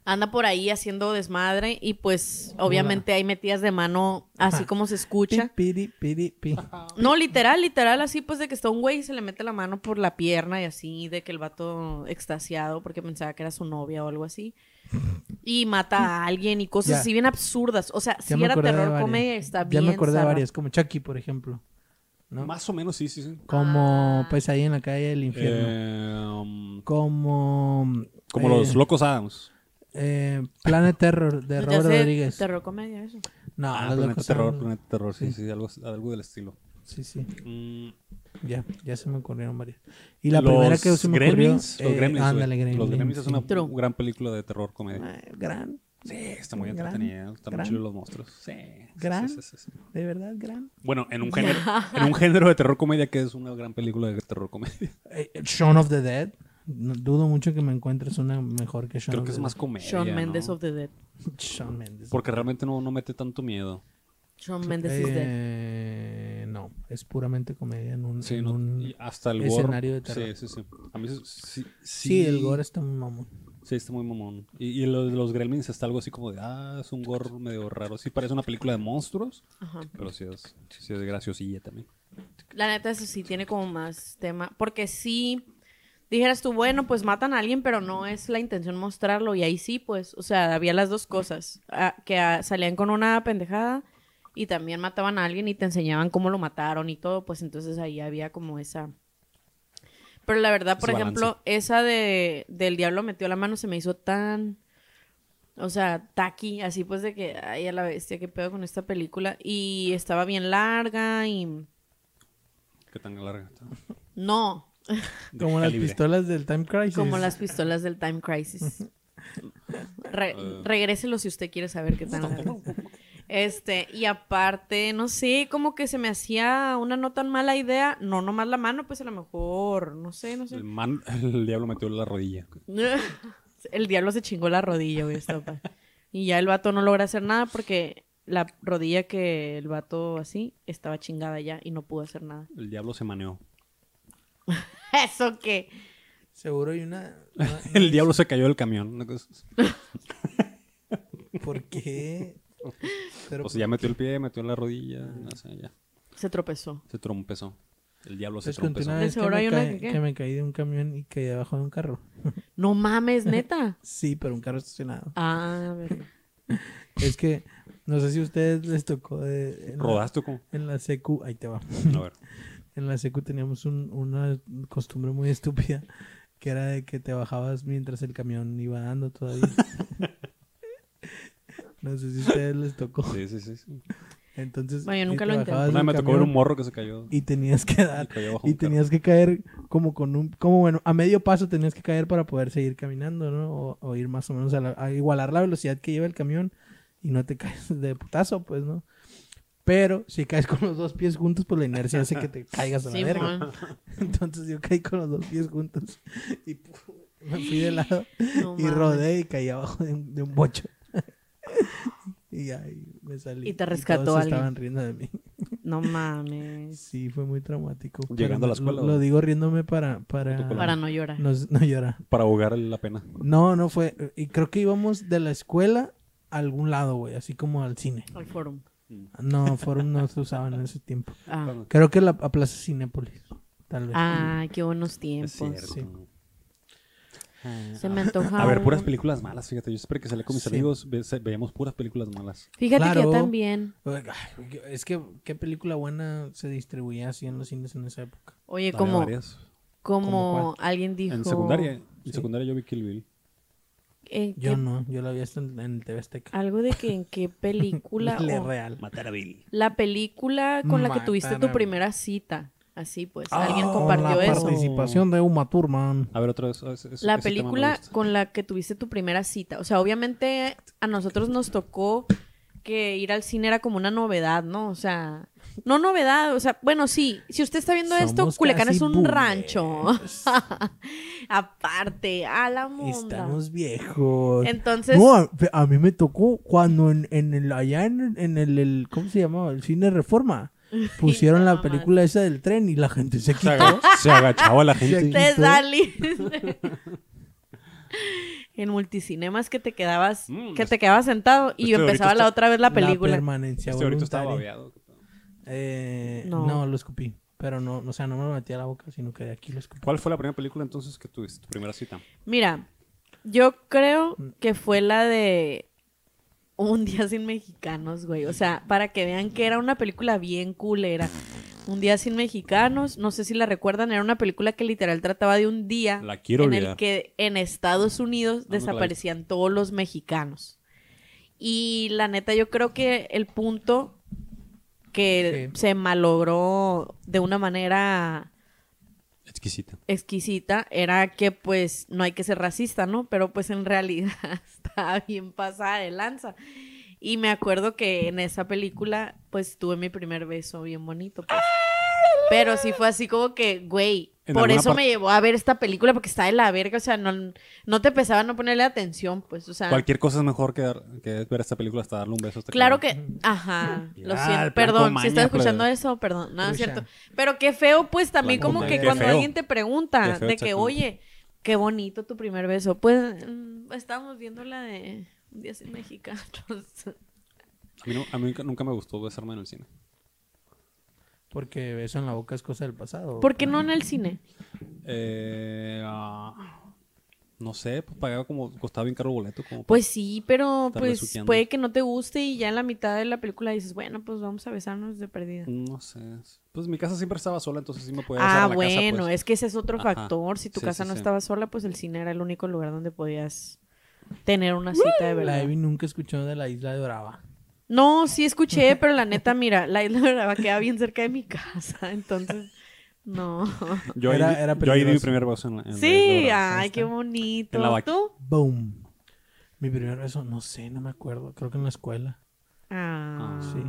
Speaker 3: anda por ahí haciendo desmadre y pues obviamente hay metidas de mano así como se escucha.
Speaker 2: Pi, piri, piri, pi.
Speaker 3: No, literal, literal, así pues de que está un güey y se le mete la mano por la pierna y así, de que el vato extasiado porque pensaba que era su novia o algo así. Y mata a alguien y cosas
Speaker 2: Ya.
Speaker 3: así bien absurdas. O sea,
Speaker 2: Ya
Speaker 3: si
Speaker 2: me
Speaker 3: era
Speaker 2: acordé de
Speaker 3: terror
Speaker 2: varias.
Speaker 3: comedia, está
Speaker 2: Ya
Speaker 3: bien.
Speaker 2: me acordé de
Speaker 3: zarra.
Speaker 2: varias, como Chucky, por ejemplo. ¿no?
Speaker 1: Más o menos, sí, sí, sí.
Speaker 2: Como
Speaker 3: Ah.
Speaker 2: pues ahí en la calle del infierno.
Speaker 1: Eh, um,
Speaker 2: Como.
Speaker 1: como
Speaker 2: eh,
Speaker 1: los Locos Adams.
Speaker 2: eh, Planet Terror de
Speaker 3: Se te
Speaker 2: Robert
Speaker 3: hace
Speaker 2: Rodríguez.
Speaker 3: Terror comedia, eso.
Speaker 2: No,
Speaker 1: Ah,
Speaker 2: los
Speaker 1: Planeta
Speaker 2: locos
Speaker 1: Terror,
Speaker 2: Adams.
Speaker 1: Planeta Terror, sí, sí, algo, algo del estilo.
Speaker 2: Sí, sí.
Speaker 1: Mm,
Speaker 2: Ya, ya se me ocurrieron varias. Y la
Speaker 1: los
Speaker 2: primera que se me ocurrió.
Speaker 1: Gremlins,
Speaker 2: eh,
Speaker 1: los Gremlins, güey.
Speaker 2: ándale, Gremlins.
Speaker 1: los Gremlins es una
Speaker 2: sí.
Speaker 3: True.
Speaker 1: gran película de terror comedia.
Speaker 2: Eh, gran
Speaker 1: Sí, está muy
Speaker 4: Gran,
Speaker 1: entretenida. Están muy
Speaker 4: gran.
Speaker 1: chidos los monstruos. Sí. sí,
Speaker 4: Gran.
Speaker 1: sí, sí, sí, sí.
Speaker 4: De verdad, gran.
Speaker 1: Bueno, en un género, en un género de terror comedia que es una gran película de terror comedia.
Speaker 2: Eh, eh, Shaun of the Dead. No- dudo mucho que me encuentres una mejor que Shaun
Speaker 1: Creo
Speaker 2: of
Speaker 1: que
Speaker 2: the
Speaker 1: es más comedia.
Speaker 3: Shawn Mendes
Speaker 1: ¿no?
Speaker 3: of the Dead.
Speaker 2: Dead. Shawn Mendes.
Speaker 1: Porque realmente no, no mete tanto miedo.
Speaker 3: Shawn Mendes is dead.
Speaker 2: Eh, no, es puramente comedia en un,
Speaker 1: Sí,
Speaker 2: en
Speaker 1: no-
Speaker 2: un-
Speaker 1: y hasta el gore.
Speaker 2: escenario de terror.
Speaker 1: Sí, sí, sí. A mí sí, sí,
Speaker 2: Sí, el gore está muy mamón.
Speaker 1: Sí, está muy mamón. Y, y lo de los gremlins está algo así como de, ah, es un gore medio raro. Sí, parece una película de monstruos,
Speaker 3: Ajá.
Speaker 1: pero sí es, sí, sí es graciosilla también.
Speaker 3: La neta, eso sí tiene como más tema. Porque sí, dijeras tú, bueno, pues matan a alguien, pero no es la intención mostrarlo. Y ahí sí, pues, o sea, había las dos cosas. ah, que ah, salían con una pendejada y también mataban a alguien y te enseñaban cómo lo mataron y todo. Pues entonces ahí había como esa... Pero la verdad,
Speaker 1: Ese
Speaker 3: por ejemplo, esa de del diablo metió la mano se me hizo tan... O sea, taqui, así pues de que, ay, a la bestia, qué pedo con esta película. Y estaba bien larga y...
Speaker 1: ¿Qué tan larga está?
Speaker 3: No,
Speaker 1: De
Speaker 2: Como las
Speaker 1: calibre.
Speaker 2: pistolas del Time Crisis.
Speaker 3: Como las pistolas del Time Crisis. Re-
Speaker 1: Eh.
Speaker 3: regréselo si usted quiere saber qué tan largas. Este, y aparte, no sé, como que se me hacía una no tan mala idea. No, nomás la mano, pues a lo mejor, no sé, no sé.
Speaker 1: El, man- el diablo metió la rodilla.
Speaker 3: El diablo se chingó la rodilla, güey, esta pa. Y ya el vato no logra hacer nada porque la rodilla que el vato así estaba chingada ya y no pudo hacer nada.
Speaker 1: El diablo se maneó.
Speaker 3: ¿Eso qué?
Speaker 2: Seguro hay una. una-
Speaker 1: El diablo se cayó del camión. una cosa así.
Speaker 2: ¿Por qué? Pero pues
Speaker 1: O sea, ya metió el pie, metió la rodilla, no sé, ya.
Speaker 3: Se tropezó.
Speaker 1: Se trompezó. El diablo se
Speaker 2: pues, conté
Speaker 1: trompezó.
Speaker 2: una vez que
Speaker 3: Seguro
Speaker 2: me,
Speaker 3: hay una
Speaker 2: caí-
Speaker 3: que qué.
Speaker 2: que me caí de un camión y caí debajo de un carro.
Speaker 3: No mames, neta.
Speaker 2: Sí, pero un carro estacionado.
Speaker 3: Ah, verga.
Speaker 2: Es que no sé si a ustedes les tocó de, en, la,
Speaker 1: ¿Rodaste o cómo?
Speaker 2: en la secu, ahí te va.
Speaker 1: A ver.
Speaker 2: En la secu teníamos un- una costumbre muy estúpida que era de que te bajabas mientras el camión iba dando todavía. no sé si a ustedes les tocó.
Speaker 1: Sí, sí, sí. sí.
Speaker 2: Entonces,
Speaker 3: Bueno, yo
Speaker 2: y
Speaker 3: nunca
Speaker 2: te
Speaker 3: lo
Speaker 2: bajabas
Speaker 1: Una vez
Speaker 2: del
Speaker 1: me tocó ver
Speaker 2: camión
Speaker 1: un morro que se cayó.
Speaker 2: y tenías que
Speaker 1: y
Speaker 2: dar
Speaker 1: cayó bajo
Speaker 2: y
Speaker 1: un carro.
Speaker 2: tenías que caer como con un como bueno, a medio paso tenías que caer para poder seguir caminando, ¿no? O, o ir más o menos a, la- a igualar la velocidad que lleva el camión y no te caes de putazo, pues, ¿no? Pero si caes con los dos pies juntos, pues la inercia hace que te caigas a la verga.
Speaker 3: Simón.
Speaker 2: Entonces yo caí con los dos pies juntos y puf, me fui de lado
Speaker 3: No
Speaker 2: y
Speaker 3: mames.
Speaker 2: rodé y caí abajo de un, de un bocho. y ahí me salí.
Speaker 3: Y te rescató
Speaker 2: todos
Speaker 3: alguien.
Speaker 2: estaban riendo de mí.
Speaker 3: No mames.
Speaker 2: Sí, fue muy traumático. pero
Speaker 1: Llegando a la
Speaker 2: lo-
Speaker 1: escuela,
Speaker 2: Lo,
Speaker 1: ¿o?
Speaker 2: digo riéndome para... Para,
Speaker 3: Para no llorar.
Speaker 2: no, no llorar.
Speaker 1: Para ahogar la pena.
Speaker 2: No, no fue... Y creo que íbamos de la escuela a algún lado, güey. Así como al cine.
Speaker 3: Al forum.
Speaker 2: No, Forum no se usaban en ese tiempo.
Speaker 3: Ah.
Speaker 2: Creo que la, a Plaza Cinépolis. Tal vez.
Speaker 3: Ah, qué buenos
Speaker 1: Es
Speaker 3: tiempos.
Speaker 1: cierto.
Speaker 2: sí.
Speaker 3: Se me antoja.
Speaker 1: A ver,
Speaker 3: un-
Speaker 1: puras películas malas, fíjate. Yo siempre que salía con mis
Speaker 2: Sí.
Speaker 1: amigos ve- se- veíamos puras películas malas.
Speaker 3: Fíjate que
Speaker 2: Claro.
Speaker 3: yo también.
Speaker 2: Ay, güey, Es que, ¿qué película buena se distribuía así en los cines en esa época?
Speaker 3: Oye,
Speaker 1: Había
Speaker 3: como,
Speaker 1: varias.
Speaker 2: ¿Como
Speaker 3: como alguien dijo.
Speaker 1: En secundaria, en
Speaker 2: Sí.
Speaker 1: secundaria yo vi Kill Bill.
Speaker 3: ¿en
Speaker 2: Yo
Speaker 3: qué-
Speaker 2: no, yo la vi hasta en, en el TV Azteca.
Speaker 3: Algo de que en qué película.
Speaker 2: Le
Speaker 3: o-
Speaker 2: real.
Speaker 1: Matar a Bill.
Speaker 3: la película con la que tuviste tu
Speaker 2: Mataram.
Speaker 3: primera cita. Así pues. Alguien
Speaker 2: Ah,
Speaker 3: compartió
Speaker 2: la
Speaker 3: eso.
Speaker 2: participación de Uma Thurman.
Speaker 1: A ver, otra vez. ese- ese-
Speaker 3: La
Speaker 1: ese tema me
Speaker 3: película
Speaker 1: gusta.
Speaker 3: con la que tuviste tu primera cita. O sea, obviamente a nosotros nos tocó que ir al cine era como una novedad, ¿no? O sea, no novedad, o sea, bueno, sí, si usted está viendo esto,
Speaker 2: Somos
Speaker 3: Culiacán
Speaker 2: casi
Speaker 3: es un
Speaker 2: boomers.
Speaker 3: rancho. Aparte, a la monda.
Speaker 2: Estamos viejos.
Speaker 3: Entonces,
Speaker 2: no, a, a mí me tocó cuando en, en el, allá en, en el, el- ¿cómo se llamaba? El cine Reforma. Pusieron la
Speaker 3: mamá.
Speaker 2: película esa del tren y la gente se
Speaker 1: Se,
Speaker 2: quitó.
Speaker 1: aga- se agachaba la gente.
Speaker 3: te
Speaker 2: quitó.
Speaker 3: saliste en multicinemas que te quedabas,
Speaker 1: Mm,
Speaker 3: que
Speaker 1: es-
Speaker 3: te quedabas sentado y
Speaker 1: este ahorita
Speaker 3: empezaba la
Speaker 1: está-
Speaker 3: otra vez la película.
Speaker 2: permanencia
Speaker 1: Este ahorita estaba
Speaker 2: voluntaria.
Speaker 1: babeado.
Speaker 2: Eh,
Speaker 3: No.
Speaker 2: no. lo escupí. Pero no, o sea, no me lo metí a la boca, sino que de aquí lo escupí.
Speaker 1: ¿Cuál fue la primera película entonces que tuviste? Tu primera cita.
Speaker 3: Mira, yo creo que fue la de Un día sin mexicanos, güey. O sea, para que vean que era una película bien culera. Un día sin mexicanos, no sé si la recuerdan, era una película que literal trataba de un día
Speaker 1: La quiero
Speaker 3: en
Speaker 1: olvidar.
Speaker 3: el que en Estados Unidos
Speaker 1: me la he visto.
Speaker 3: desaparecían todos los mexicanos. Y la neta, yo creo que el punto que
Speaker 2: Sí.
Speaker 3: se malogró de una manera
Speaker 1: Exquisita.
Speaker 3: exquisita era que pues no hay que ser racista, ¿no? Pero pues en realidad estaba bien pasada de lanza. Y me acuerdo que en esa película pues tuve mi primer beso bien bonito. pues. Pero sí fue así como que, güey,
Speaker 1: En
Speaker 3: por
Speaker 1: alguna
Speaker 3: eso
Speaker 1: parte-
Speaker 3: me llevó a ver esta película porque está de la verga, o sea, no, no te pesaba no ponerle atención, pues, o sea...
Speaker 1: Cualquier cosa es mejor que, dar- que ver esta película hasta darle un beso. este está
Speaker 3: Claro que, ajá, lo
Speaker 1: Ah, el
Speaker 3: siento,
Speaker 1: Blanco
Speaker 3: perdón, si
Speaker 1: Maña,
Speaker 3: estás escuchando
Speaker 1: plebe.
Speaker 3: eso, perdón, no, es
Speaker 2: Trucha.
Speaker 3: cierto, pero qué feo, pues, también
Speaker 1: Blanco
Speaker 3: como
Speaker 1: Maña.
Speaker 3: que
Speaker 1: Qué
Speaker 3: cuando
Speaker 1: feo.
Speaker 3: alguien te
Speaker 1: Qué
Speaker 3: pregunta
Speaker 1: feo,
Speaker 3: de que,
Speaker 1: exactamente.
Speaker 3: oye, qué bonito tu primer beso, pues, mm, estábamos viendo la de Un día sin mexicanos,
Speaker 1: A mí, no- a mí nunca, nunca me gustó besarme en el cine.
Speaker 2: Porque beso en la boca es cosa del pasado.
Speaker 3: ¿por qué no en el cine?
Speaker 1: Eh, ah, no sé, pues pagaba como, costaba bien caro el boleto. Como
Speaker 3: Pues sí, pero,
Speaker 1: Estar
Speaker 3: pues,
Speaker 1: besuqueando.
Speaker 3: puede que no te guste y ya en la mitad de la película dices, bueno, pues, vamos a besarnos de perdida.
Speaker 1: No sé. Pues mi casa siempre estaba sola, entonces sí me podía besar
Speaker 3: Ah,
Speaker 1: a la casa,
Speaker 3: bueno,
Speaker 1: pues.
Speaker 3: es que ese es otro
Speaker 1: Ajá.
Speaker 3: factor. Si tu
Speaker 1: Sí,
Speaker 3: casa
Speaker 1: sí,
Speaker 3: no
Speaker 1: sí.
Speaker 3: estaba sola, pues el cine era el único lugar donde podías tener una cita de
Speaker 2: La
Speaker 3: verdad.
Speaker 2: Evi nunca escuchó de la isla de Oraba.
Speaker 3: No, sí escuché, pero la neta, mira, la isla de Brava queda bien cerca de mi casa, entonces, no.
Speaker 1: Yo, ahí
Speaker 2: Era-
Speaker 1: di-
Speaker 2: era
Speaker 1: yo ahí di mi
Speaker 2: peligroso.
Speaker 1: primer beso en la en la
Speaker 3: Sí,
Speaker 1: Isadora.
Speaker 3: ay, qué
Speaker 2: está.
Speaker 3: bonito.
Speaker 1: En la vaca.
Speaker 3: ¿Tú?
Speaker 2: Boom. Mi primer beso, no sé, no me acuerdo. Creo que en la escuela.
Speaker 3: Ah,
Speaker 2: Sí.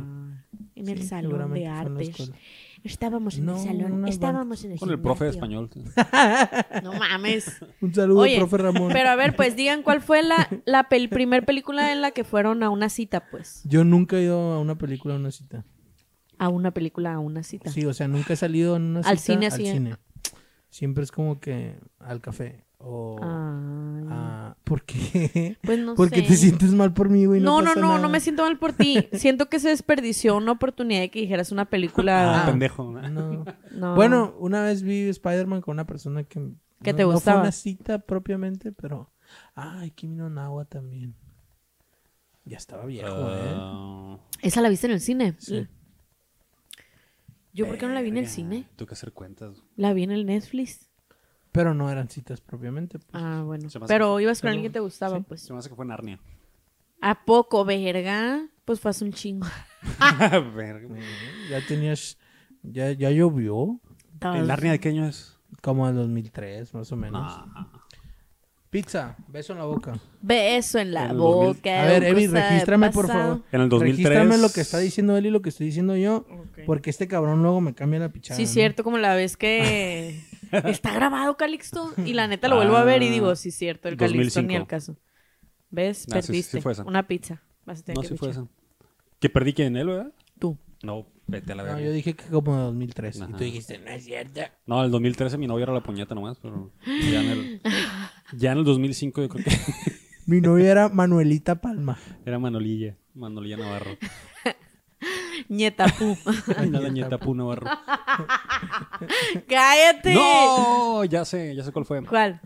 Speaker 3: En el
Speaker 2: Sí,
Speaker 3: salón de
Speaker 2: seguramente fue en la
Speaker 3: arte.
Speaker 2: escuela.
Speaker 4: Estábamos en
Speaker 2: No,
Speaker 4: el
Speaker 2: en
Speaker 4: salón,
Speaker 2: una
Speaker 4: estábamos en el
Speaker 1: Con el profe de
Speaker 4: gimnasio.
Speaker 1: español.
Speaker 3: No mames.
Speaker 2: Un saludo,
Speaker 3: Oye,
Speaker 2: profe Ramón.
Speaker 3: Pero a ver, pues digan cuál fue la, la pel- primer película en la que fueron a una cita, pues.
Speaker 2: Yo nunca he ido a una película a una cita.
Speaker 3: A una película, a una cita.
Speaker 2: Sí, o sea, nunca he salido en una cita
Speaker 3: Al cine,
Speaker 2: al
Speaker 3: así, ¿eh?
Speaker 2: cine. Siempre es como que al café o
Speaker 3: Ah. Ay.
Speaker 2: a... ¿Por qué?
Speaker 3: Pues no
Speaker 2: Porque
Speaker 3: sé.
Speaker 2: te sientes mal por mí, güey.
Speaker 3: No,
Speaker 2: No,
Speaker 3: no,
Speaker 2: pasa
Speaker 3: no, no,
Speaker 2: nada.
Speaker 3: me siento mal por ti. Siento que se desperdició una oportunidad de que dijeras una película.
Speaker 1: Ah, pendejo.
Speaker 2: No.
Speaker 3: No.
Speaker 2: Bueno, una vez vi Spider-Man con una persona que...
Speaker 3: Que
Speaker 2: no-
Speaker 3: te
Speaker 2: No
Speaker 3: gustaba.
Speaker 2: fue una cita propiamente, pero... Ay, Kimi no Nawa también. Ya estaba viejo, ¿eh?
Speaker 1: Ah,
Speaker 3: esa la viste en el cine.
Speaker 2: Sí.
Speaker 3: Yo, ¿por qué no la vi en el
Speaker 1: verga,
Speaker 3: cine?
Speaker 1: Tengo que hacer cuentas.
Speaker 3: La vi en el Netflix.
Speaker 2: Pero no eran citas propiamente. pues.
Speaker 3: Ah, bueno.
Speaker 1: Se me hace
Speaker 3: Pero ibas con alguien que te gustaba,
Speaker 1: Sí,
Speaker 3: pues.
Speaker 1: Se me hace que fue Narnia.
Speaker 3: ¿A poco, verga? Pues fue hace un chingo. Ah.
Speaker 1: Verga.
Speaker 2: Ya tenías... Ya, ya llovió.
Speaker 3: Ah.
Speaker 1: ¿El Narnia de qué año es?
Speaker 2: Como en 2003, más o menos.
Speaker 1: Ah,
Speaker 2: Pizza, beso en la boca.
Speaker 3: Beso en la
Speaker 1: En el 2000.
Speaker 3: boca.
Speaker 2: A ver, Evi,
Speaker 3: cosa de
Speaker 2: regístrame, por
Speaker 3: pasado.
Speaker 2: favor.
Speaker 1: en el 2003.
Speaker 2: Regístrame lo que está diciendo él y lo que estoy diciendo yo. Porque este cabrón luego me cambia la pichada.
Speaker 3: Sí,
Speaker 2: ¿no?
Speaker 3: cierto, como la vez que está grabado Calixto y la neta lo vuelvo
Speaker 1: Ah.
Speaker 3: a ver y digo, sí, cierto, el Calixto ni
Speaker 1: 2005.
Speaker 3: al caso. ¿Ves?
Speaker 1: Ah, sí, sí, sí
Speaker 3: Perdiste
Speaker 1: fue esa.
Speaker 3: una pizza. Vas a tener
Speaker 1: No,
Speaker 3: que
Speaker 1: sí fue
Speaker 3: pichar.
Speaker 1: eso. ¿Que perdí que en él, verdad?
Speaker 3: Tú.
Speaker 1: No, vete a la
Speaker 2: No,
Speaker 1: verga.
Speaker 2: Ah, yo dije que como de 2003. Y
Speaker 1: Ajá.
Speaker 2: tú dijiste, no es cierto.
Speaker 1: No, en el 2013 mi novia era la puñeta nomás, pero ya en el, ya en el 2005 yo creo que
Speaker 2: Mi novia era Manuelita Palma.
Speaker 1: era Manolilla, Manolilla Navarro.
Speaker 3: Nieta pu.
Speaker 1: Ay, no, la nieta Pu Navarro.
Speaker 3: ¡Cállate!
Speaker 1: ¡No! Ya sé, ya sé cuál fue.
Speaker 3: ¿Cuál?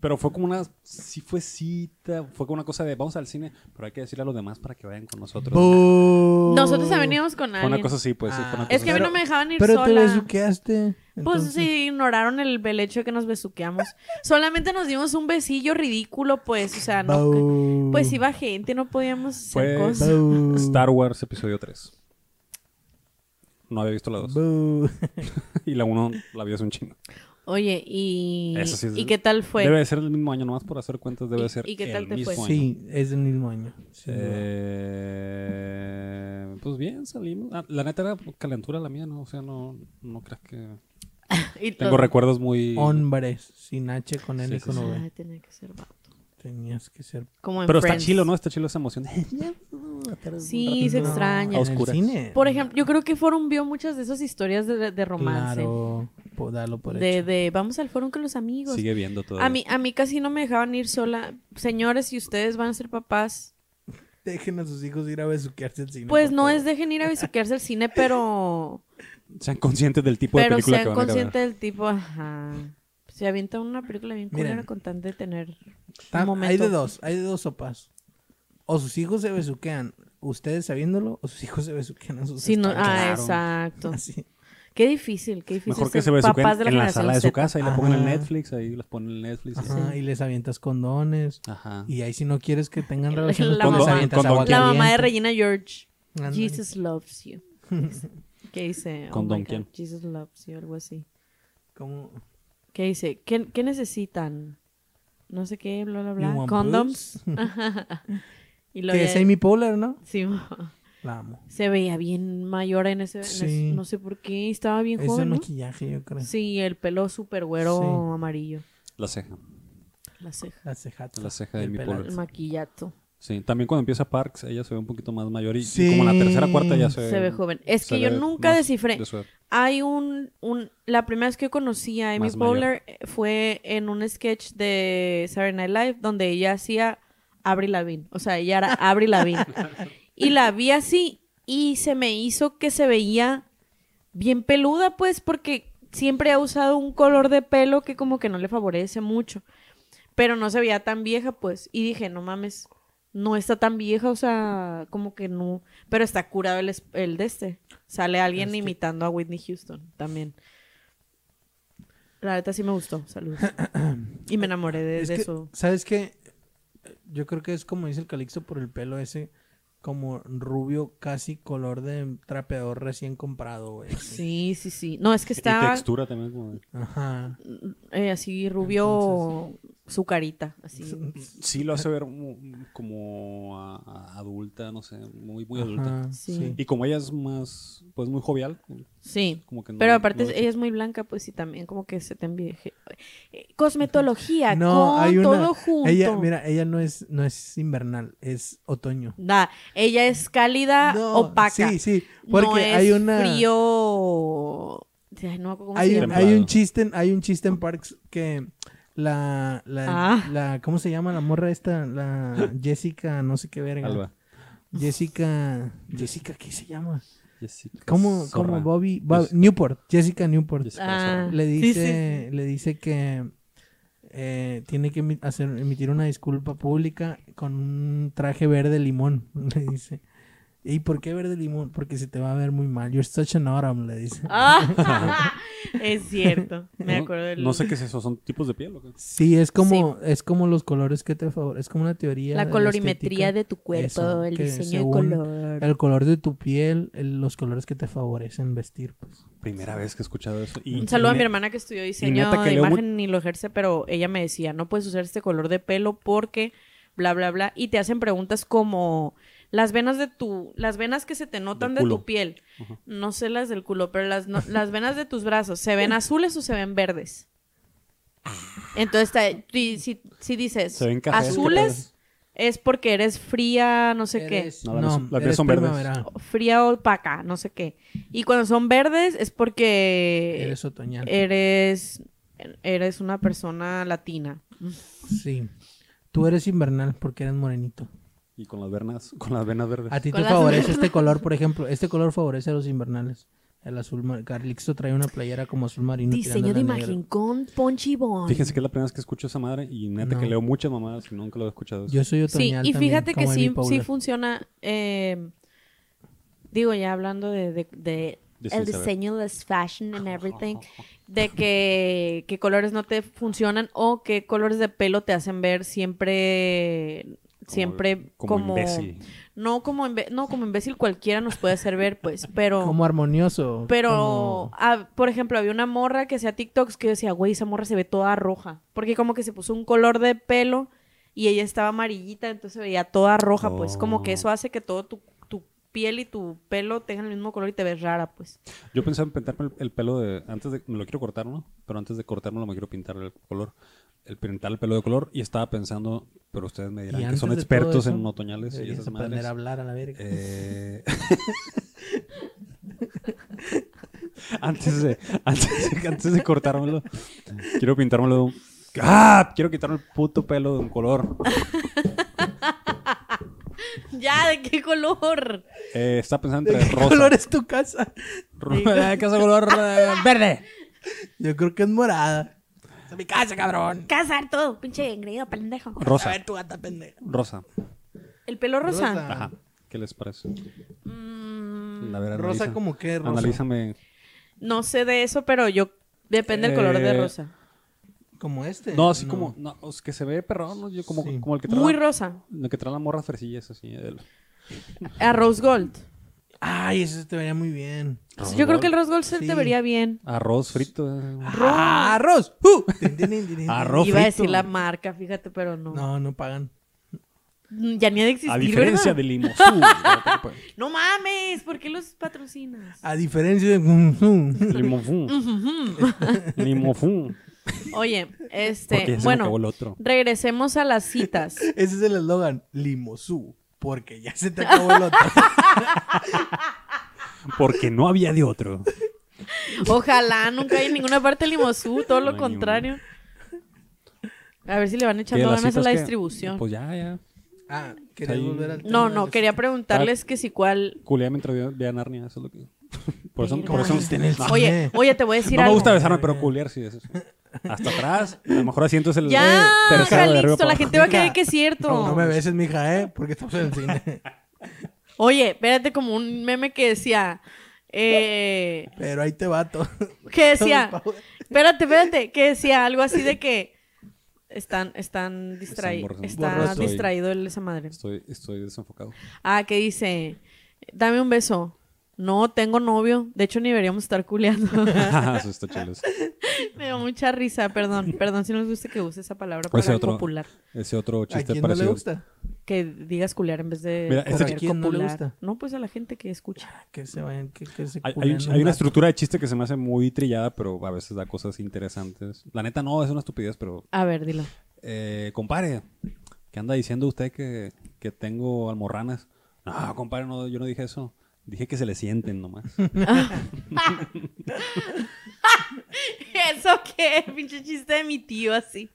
Speaker 1: Pero fue como una, sí fue cita, fue como una cosa de vamos al cine, pero hay que decirle a los demás para que vayan con nosotros.
Speaker 3: Nosotros también íbamos con
Speaker 1: Fue
Speaker 3: alguien.
Speaker 1: una cosa así, pues sí, fue una
Speaker 2: Ah.
Speaker 1: cosa
Speaker 3: Es que a mí
Speaker 1: así.
Speaker 3: no me dejaban ir
Speaker 2: Pero te
Speaker 3: sola.
Speaker 2: besuqueaste.
Speaker 3: Pues
Speaker 2: entonces.
Speaker 3: sí, ignoraron el, el hecho de que nos besuqueamos. Solamente nos dimos un besillo ridículo, pues, o sea, no.
Speaker 2: Bau.
Speaker 3: Pues iba gente, no podíamos
Speaker 1: Fue-
Speaker 3: hacer cosas.
Speaker 2: Bau.
Speaker 1: Star Wars episodio 3. No había visto la 2.
Speaker 2: Bau.
Speaker 1: Y la 1 la vi hace un chingo.
Speaker 3: Oye, ¿y,
Speaker 1: Eso sí es-
Speaker 3: ¿y qué tal fue?
Speaker 1: Debe de ser el mismo año, nomás por hacer cuentas, debe
Speaker 3: ¿Y-
Speaker 1: de ser
Speaker 3: y qué tal
Speaker 1: el
Speaker 3: te fue?
Speaker 1: mismo año.
Speaker 2: Sí, es del mismo año. sin duda.
Speaker 1: Eh, pues bien, salimos. Ah, la neta era calentura la mía, ¿no? O sea, no, no creas que.
Speaker 3: Y
Speaker 1: Tengo
Speaker 3: todo.
Speaker 1: recuerdos muy.
Speaker 2: Hombres, sin H, con N
Speaker 1: Sí,
Speaker 2: y
Speaker 1: sí,
Speaker 2: con
Speaker 1: sí.
Speaker 2: V.
Speaker 3: Ah, tenía que ser vato.
Speaker 2: Tenías que ser
Speaker 3: Como en
Speaker 1: Pero está
Speaker 3: Friends.
Speaker 1: chilo, ¿no? Está chilo esa emoción.
Speaker 3: Sí, se
Speaker 2: No,
Speaker 3: extraña.
Speaker 1: A oscuras.
Speaker 2: En el cine.
Speaker 3: Por ejemplo, yo creo que Forum vio muchas de esas historias de, de romance.
Speaker 2: Claro, po- dalo por
Speaker 3: de,
Speaker 2: hecho.
Speaker 3: de vamos al Forum con los amigos.
Speaker 1: Sigue viendo todo.
Speaker 3: a, mí, a mí casi no me dejaban ir sola. Señores, si ustedes van a ser papás,
Speaker 2: Dejen a sus hijos ir a besuquearse al cine.
Speaker 3: pues
Speaker 2: por
Speaker 3: no
Speaker 2: favor.
Speaker 3: es dejen ir a besuquearse al cine, pero,
Speaker 1: Sean conscientes del tipo de
Speaker 3: pero
Speaker 1: película que
Speaker 3: sean
Speaker 1: van a ir a ver.
Speaker 3: conscientes del tipo. Ajá. Se avienta una película bien
Speaker 2: Miren.
Speaker 3: culera con tal de tener
Speaker 2: Ta-
Speaker 3: un momento.
Speaker 2: Hay de dos, hay de dos sopas. O sus hijos se besuquean, ustedes sabiéndolo, o sus hijos se besuquean a sus
Speaker 3: Sí, no-
Speaker 2: espaldas.
Speaker 3: ah,
Speaker 1: Claro.
Speaker 3: exacto.
Speaker 2: Así.
Speaker 3: Qué difícil, qué difícil.
Speaker 1: Mejor que
Speaker 3: ser
Speaker 1: se besuquen
Speaker 3: papás de la
Speaker 1: en la
Speaker 3: generación
Speaker 1: sala de su
Speaker 3: Z.
Speaker 1: casa y la pongan en
Speaker 2: Ajá.
Speaker 1: Netflix, ahí las ponen en Netflix. y-
Speaker 2: Ajá, y les avientas condones.
Speaker 1: Ajá.
Speaker 2: Y ahí si no quieres que tengan
Speaker 3: La
Speaker 2: relaciones,
Speaker 3: mamá-
Speaker 2: les avientas
Speaker 1: Condón-
Speaker 2: agua
Speaker 1: Qué
Speaker 3: La mamá de
Speaker 2: caliente.
Speaker 3: Regina George.
Speaker 2: Ándale.
Speaker 3: Jesus loves you. ¿Qué dice? Oh
Speaker 1: ¿Con
Speaker 3: my
Speaker 1: Don
Speaker 3: God,
Speaker 1: quién?
Speaker 3: Jesus loves you, algo así.
Speaker 2: Como
Speaker 3: que dice, ¿qué, qué necesitan? No sé qué, bla, bla,
Speaker 2: You
Speaker 3: bla.
Speaker 2: want
Speaker 3: Condoms. y lo
Speaker 2: Que es Amy Poehler, ¿no?
Speaker 3: Sí,
Speaker 2: La amo.
Speaker 3: se veía bien mayor en ese, en ese-
Speaker 2: Sí.
Speaker 3: no sé por qué, estaba bien
Speaker 2: Es el
Speaker 3: joven, ¿no?
Speaker 2: maquillaje, yo creo.
Speaker 3: Sí, el pelo súper güero
Speaker 2: Sí.
Speaker 3: amarillo,
Speaker 1: La ceja.
Speaker 3: la ceja,
Speaker 2: La cejata.
Speaker 1: La ceja de Amy
Speaker 2: pelazo.
Speaker 3: el
Speaker 1: Poehler.
Speaker 3: maquillato,
Speaker 1: Sí, también cuando empieza Parks, ella se ve un poquito más mayor y, y
Speaker 2: Sí.
Speaker 1: como en la tercera cuarta ya se,
Speaker 3: se ve joven. Es
Speaker 1: se
Speaker 3: que yo
Speaker 1: ve
Speaker 3: nunca
Speaker 1: más
Speaker 3: descifré.
Speaker 1: de su edad.
Speaker 3: Hay un, un- La primera vez que conocí a Amy
Speaker 1: Más mayor.
Speaker 3: Poehler eh, fue en un sketch de Saturday Night Live donde ella hacía Avril Lavigne. O sea, ella era Avril Lavigne. y la vi así y se me hizo que se veía bien peluda, pues, porque siempre ha usado un color de pelo que como que no le favorece mucho. Pero no se veía tan vieja, pues. Y dije, no mames, no está tan vieja, o sea, como que no. Pero está curado el, es- el de este. Sale alguien
Speaker 2: Este.
Speaker 3: imitando a Whitney Houston también. La neta sí me gustó, saludos. y me enamoré de,
Speaker 2: Es
Speaker 3: de
Speaker 2: que,
Speaker 3: su-
Speaker 2: ¿Sabes qué? Yo creo que es como dice el Calixto por el pelo ese, como rubio, casi color de trapeador recién comprado, güey. así.
Speaker 3: Sí, sí, sí. No, es que
Speaker 1: Y
Speaker 3: está
Speaker 1: textura también. Como de-
Speaker 2: Ajá.
Speaker 3: eh, así rubio su carita, así.
Speaker 1: Sí, lo hace ver mu- como a- a adulta, no sé, muy, muy adulta.
Speaker 2: Ajá,
Speaker 3: Sí.
Speaker 2: sí.
Speaker 1: Y como ella es más, pues muy jovial,
Speaker 3: Sí.
Speaker 1: como que no-
Speaker 3: Pero aparte
Speaker 1: no le
Speaker 3: ella es muy blanca, pues, y también como que se te envieje. Eh, Cosmetología,
Speaker 2: No,
Speaker 3: con
Speaker 2: hay una.
Speaker 3: todo junto.
Speaker 2: Ella, mira, ella no es, no es invernal, es otoño.
Speaker 3: Da, ella es cálida,
Speaker 2: No,
Speaker 3: opaca.
Speaker 2: Sí, sí. Porque
Speaker 3: no es
Speaker 2: hay una.
Speaker 3: frío. Ay, no, ¿cómo se
Speaker 2: Hay, un-
Speaker 3: llama?
Speaker 1: Templado.
Speaker 2: hay un chiste, en- hay un chiste en Parks que la, la,
Speaker 3: Ah.
Speaker 2: la- ¿cómo se llama la morra esta? La Jessica, no sé qué verga.
Speaker 1: Alba.
Speaker 2: Jessica, Jessica, ¿qué se llama?
Speaker 1: Jessica
Speaker 2: ¿Cómo,
Speaker 1: Zorra.
Speaker 2: cómo Bobby, Bob-
Speaker 1: Jess-
Speaker 2: Newport, Jessica Newport
Speaker 1: Jessica
Speaker 3: Ah.
Speaker 1: Zorra.
Speaker 2: le
Speaker 3: sí,
Speaker 2: dice, le dice que eh, tiene que emi- hacer, emitir una disculpa pública con un traje verde limón, le dice. ¿Y por qué verde limón? Porque se te va a ver muy mal. You're such an autumn, le dice.
Speaker 3: Ah, es cierto. Me
Speaker 1: No-
Speaker 3: acuerdo del.
Speaker 1: No sé qué es eso, ¿son tipos de piel o qué?
Speaker 2: Sí, es como, es como los colores que te favorecen, es como una teoría.
Speaker 3: la
Speaker 2: de
Speaker 3: colorimetría
Speaker 2: estética.
Speaker 3: de tu cuerpo,
Speaker 2: Eso,
Speaker 3: el
Speaker 2: que
Speaker 3: diseño de
Speaker 2: según
Speaker 3: color.
Speaker 2: El color de tu piel, el- los colores que te favorecen vestir, pues.
Speaker 1: Primera vez que he escuchado eso. Y,
Speaker 3: Un saludo a
Speaker 1: y-
Speaker 3: mi hermana que estudió diseño
Speaker 1: neta que
Speaker 3: de
Speaker 1: leo mu-
Speaker 3: imagen y lo ejerce, pero ella me decía, no puedes usar este color de pelo porque bla bla bla y te hacen preguntas como las venas de tu las venas que se te notan
Speaker 1: Del
Speaker 3: de tu
Speaker 1: culo.
Speaker 3: piel.
Speaker 1: Ajá.
Speaker 3: No sé las del culo, pero las no- las venas de tus brazos, ¿se ven azules o se ven verdes? Entonces, te- y si, si dices
Speaker 1: Se ven cafés,
Speaker 3: azules es porque eres fría, no sé qué
Speaker 2: Eres-
Speaker 1: No, las- las mías
Speaker 2: eres
Speaker 1: son verdes.
Speaker 2: primaveral,
Speaker 3: fría opaca, no sé qué. Y cuando son verdes es porque
Speaker 2: Eres otoñal.
Speaker 3: eres eres una persona latina.
Speaker 2: Sí. Tú eres invernal porque eres morenito.
Speaker 1: Y con las venas, con las venas verdes.
Speaker 2: A ti
Speaker 3: Con
Speaker 2: te
Speaker 3: las-
Speaker 2: favorece este color, por ejemplo. Este color favorece a los invernales. El azul mar- Carlixto trae una playera como azul marino.
Speaker 3: Diseño de
Speaker 2: tirándole a negro.
Speaker 3: imagen con Ponchi Bon.
Speaker 1: Fíjense que es la primera vez que escucho esa madre y neta que
Speaker 2: No.
Speaker 1: leo muchas mamadas y nunca lo he escuchado.
Speaker 2: Yo soy
Speaker 3: Sí,
Speaker 2: otoñal
Speaker 3: y
Speaker 2: también,
Speaker 3: fíjate que
Speaker 2: como
Speaker 3: sí,
Speaker 2: Amy Poehler.
Speaker 3: sí funciona. eh, digo, ya hablando de, de- de
Speaker 1: De sin
Speaker 3: el
Speaker 1: saber.
Speaker 3: diseño, las fashion and everything, de que, que colores no te funcionan o que colores de pelo te hacen ver siempre, siempre
Speaker 1: como,
Speaker 3: como,
Speaker 1: imbécil.
Speaker 3: no como imbe- no como imbécil cualquiera nos puede hacer ver, pues, pero
Speaker 2: Como armonioso.
Speaker 3: Pero,
Speaker 2: como-
Speaker 3: ah, por ejemplo, había una morra que hacía TikToks que yo decía, güey, esa morra se ve toda roja. Porque como que se puso un color de pelo y ella estaba amarillita, entonces se veía toda roja, pues. Como que
Speaker 1: Oh.
Speaker 3: eso hace que todo tu, tu piel y tu pelo tengan el mismo color y te ves rara, pues.
Speaker 1: Yo pensaba en pintarme el, el pelo de. Antes de. Me lo quiero cortar, ¿no? Pero antes de cortármelo me quiero pintar el color. El pintar el pelo de color. Y estaba pensando, pero ustedes me
Speaker 2: Y
Speaker 1: dirán que
Speaker 2: antes
Speaker 1: son
Speaker 2: de todo
Speaker 1: expertos
Speaker 2: eso,
Speaker 1: en otoñales y
Speaker 2: deberías
Speaker 1: esas
Speaker 2: aprender
Speaker 1: madres.
Speaker 2: a hablar a la verga.
Speaker 1: Eh, antes, de, antes, de- antes de cortármelo, quiero pintármelo. de un- ¡Ah! Quiero quitarme el puto pelo de un color.
Speaker 3: ya, ¿de qué color?
Speaker 1: Eh, está pensando
Speaker 2: ¿De
Speaker 1: entre
Speaker 2: qué
Speaker 1: rosa.
Speaker 2: color es tu casa?
Speaker 1: Rosa, ¿de qué es el color eh, verde?
Speaker 2: Yo creo que es morada.
Speaker 4: mi casa, cabrón.
Speaker 3: Casar todo, pinche engreído, pendejo.
Speaker 4: A
Speaker 1: Rosa.
Speaker 4: ver, tu gata pendeja.
Speaker 1: Rosa.
Speaker 3: ¿El pelo rosa?
Speaker 2: Rosa.
Speaker 1: Ajá. ¿Qué les parece?
Speaker 3: Mm,
Speaker 1: La verdad,
Speaker 2: Rosa
Speaker 1: analiza-
Speaker 2: como que rosa.
Speaker 1: Analízame.
Speaker 3: no sé de eso, pero yo... Depende del color de
Speaker 1: Eh,
Speaker 3: rosa.
Speaker 2: Como este.
Speaker 1: No, así como. No, es que se ve perrón, ¿no? Yo como,
Speaker 2: Sí.
Speaker 1: como el que trae.
Speaker 3: Muy
Speaker 1: la-
Speaker 3: rosa.
Speaker 1: el que trae la morra fresillas así. el-
Speaker 3: A rose gold.
Speaker 2: Ay, eso te vería muy bien.
Speaker 1: Rosgol.
Speaker 3: Yo creo que el Rosgol se
Speaker 2: Sí.
Speaker 3: te vería bien.
Speaker 1: Arroz frito. eh.
Speaker 2: ¡Arroz! ¡Uh! Tin, tin, tin, tin, tin.
Speaker 1: Arroz
Speaker 3: Iba a
Speaker 1: frito.
Speaker 3: decir la marca, fíjate, pero no.
Speaker 2: No, no pagan.
Speaker 3: Mm, Ya ni ha de existir,
Speaker 1: A diferencia
Speaker 3: ¿verdad?
Speaker 1: de Limosú.
Speaker 3: No mames, ¿por qué los patrocinas?
Speaker 2: A diferencia de...
Speaker 1: Limofú. Limofú.
Speaker 3: Oye,
Speaker 1: Porque
Speaker 3: este,
Speaker 1: ya se me
Speaker 3: bueno,
Speaker 1: acabó el otro.
Speaker 3: regresemos a las citas.
Speaker 2: Ese es el eslogan. Limosú. Porque ya se te acabó el otro.
Speaker 1: Porque no había de otro.
Speaker 3: Ojalá nunca haya en ninguna parte limosú, todo
Speaker 1: No
Speaker 3: lo
Speaker 1: hay ni
Speaker 3: contrario. A ver si le van
Speaker 1: ¿Qué,
Speaker 3: echando
Speaker 1: las
Speaker 3: ganas a
Speaker 1: citas
Speaker 3: la
Speaker 1: qué?
Speaker 3: distribución.
Speaker 1: Pues ya, ya.
Speaker 2: Ah, quería
Speaker 1: Ahí-
Speaker 2: volver al tema
Speaker 3: No,
Speaker 2: de
Speaker 3: no,
Speaker 2: los-
Speaker 3: quería preguntarles que si cuál...
Speaker 1: Culea mientras vea- vea Narnia. Eso es lo que. Por eso,
Speaker 3: Mira.
Speaker 1: por eso-
Speaker 2: Está en el cine.
Speaker 3: Oye, oye, te voy a decir
Speaker 1: Ah, eh. no me
Speaker 3: algo.
Speaker 1: gusta besarme, pero culear sí. Eso, sí. Hasta atrás. A lo mejor asiento es el
Speaker 3: Ya,
Speaker 1: tercero de arriba
Speaker 3: Calixto,
Speaker 1: para
Speaker 3: la
Speaker 1: abajo.
Speaker 3: gente va a creer
Speaker 2: Mira,
Speaker 3: que es cierto.
Speaker 2: No, no me beses, mija, ¿eh? Porque estamos en el cine.
Speaker 3: Oye, espérate, como un meme que decía... Eh,
Speaker 2: Pero ahí te va todo.
Speaker 3: que decía... Espérate, espérate, que decía algo así de que... Están, están distraídos.
Speaker 1: borroso.
Speaker 3: Está
Speaker 1: Borroso.
Speaker 3: distraído el- esa madre.
Speaker 1: Estoy, estoy desenfocado.
Speaker 3: Ah, que dice, dame un beso. No, tengo novio. De hecho, ni deberíamos estar culeando.
Speaker 1: eso está chido. eso.
Speaker 3: Me dio mucha risa, perdón. Perdón si no les gusta que use esa palabra
Speaker 1: Ese
Speaker 3: para
Speaker 1: otro
Speaker 3: copular.
Speaker 1: Ese otro
Speaker 2: ¿A
Speaker 1: chiste
Speaker 2: quién no
Speaker 1: parecido.
Speaker 2: le gusta?
Speaker 3: Que digas culear en vez de
Speaker 1: Mira, este
Speaker 3: coger,
Speaker 2: ¿A quién no le
Speaker 3: copular.
Speaker 2: gusta?
Speaker 3: No, pues a la gente que escucha.
Speaker 2: Ah, Que se vayan, que, que se
Speaker 1: Hay, hay
Speaker 2: culen
Speaker 1: un-
Speaker 2: un
Speaker 1: hay una
Speaker 2: rato.
Speaker 1: estructura de chiste que se me hace muy trillada, pero a veces da cosas interesantes. La neta no, es una estupidez, pero
Speaker 3: A ver, dilo.
Speaker 1: eh, compare, ¿qué anda diciendo usted que, que tengo almorranas? No, compadre, no, yo no dije eso. Dije que se le sienten nomás.
Speaker 3: ¿Eso qué? Pinche chiste de mi tío así.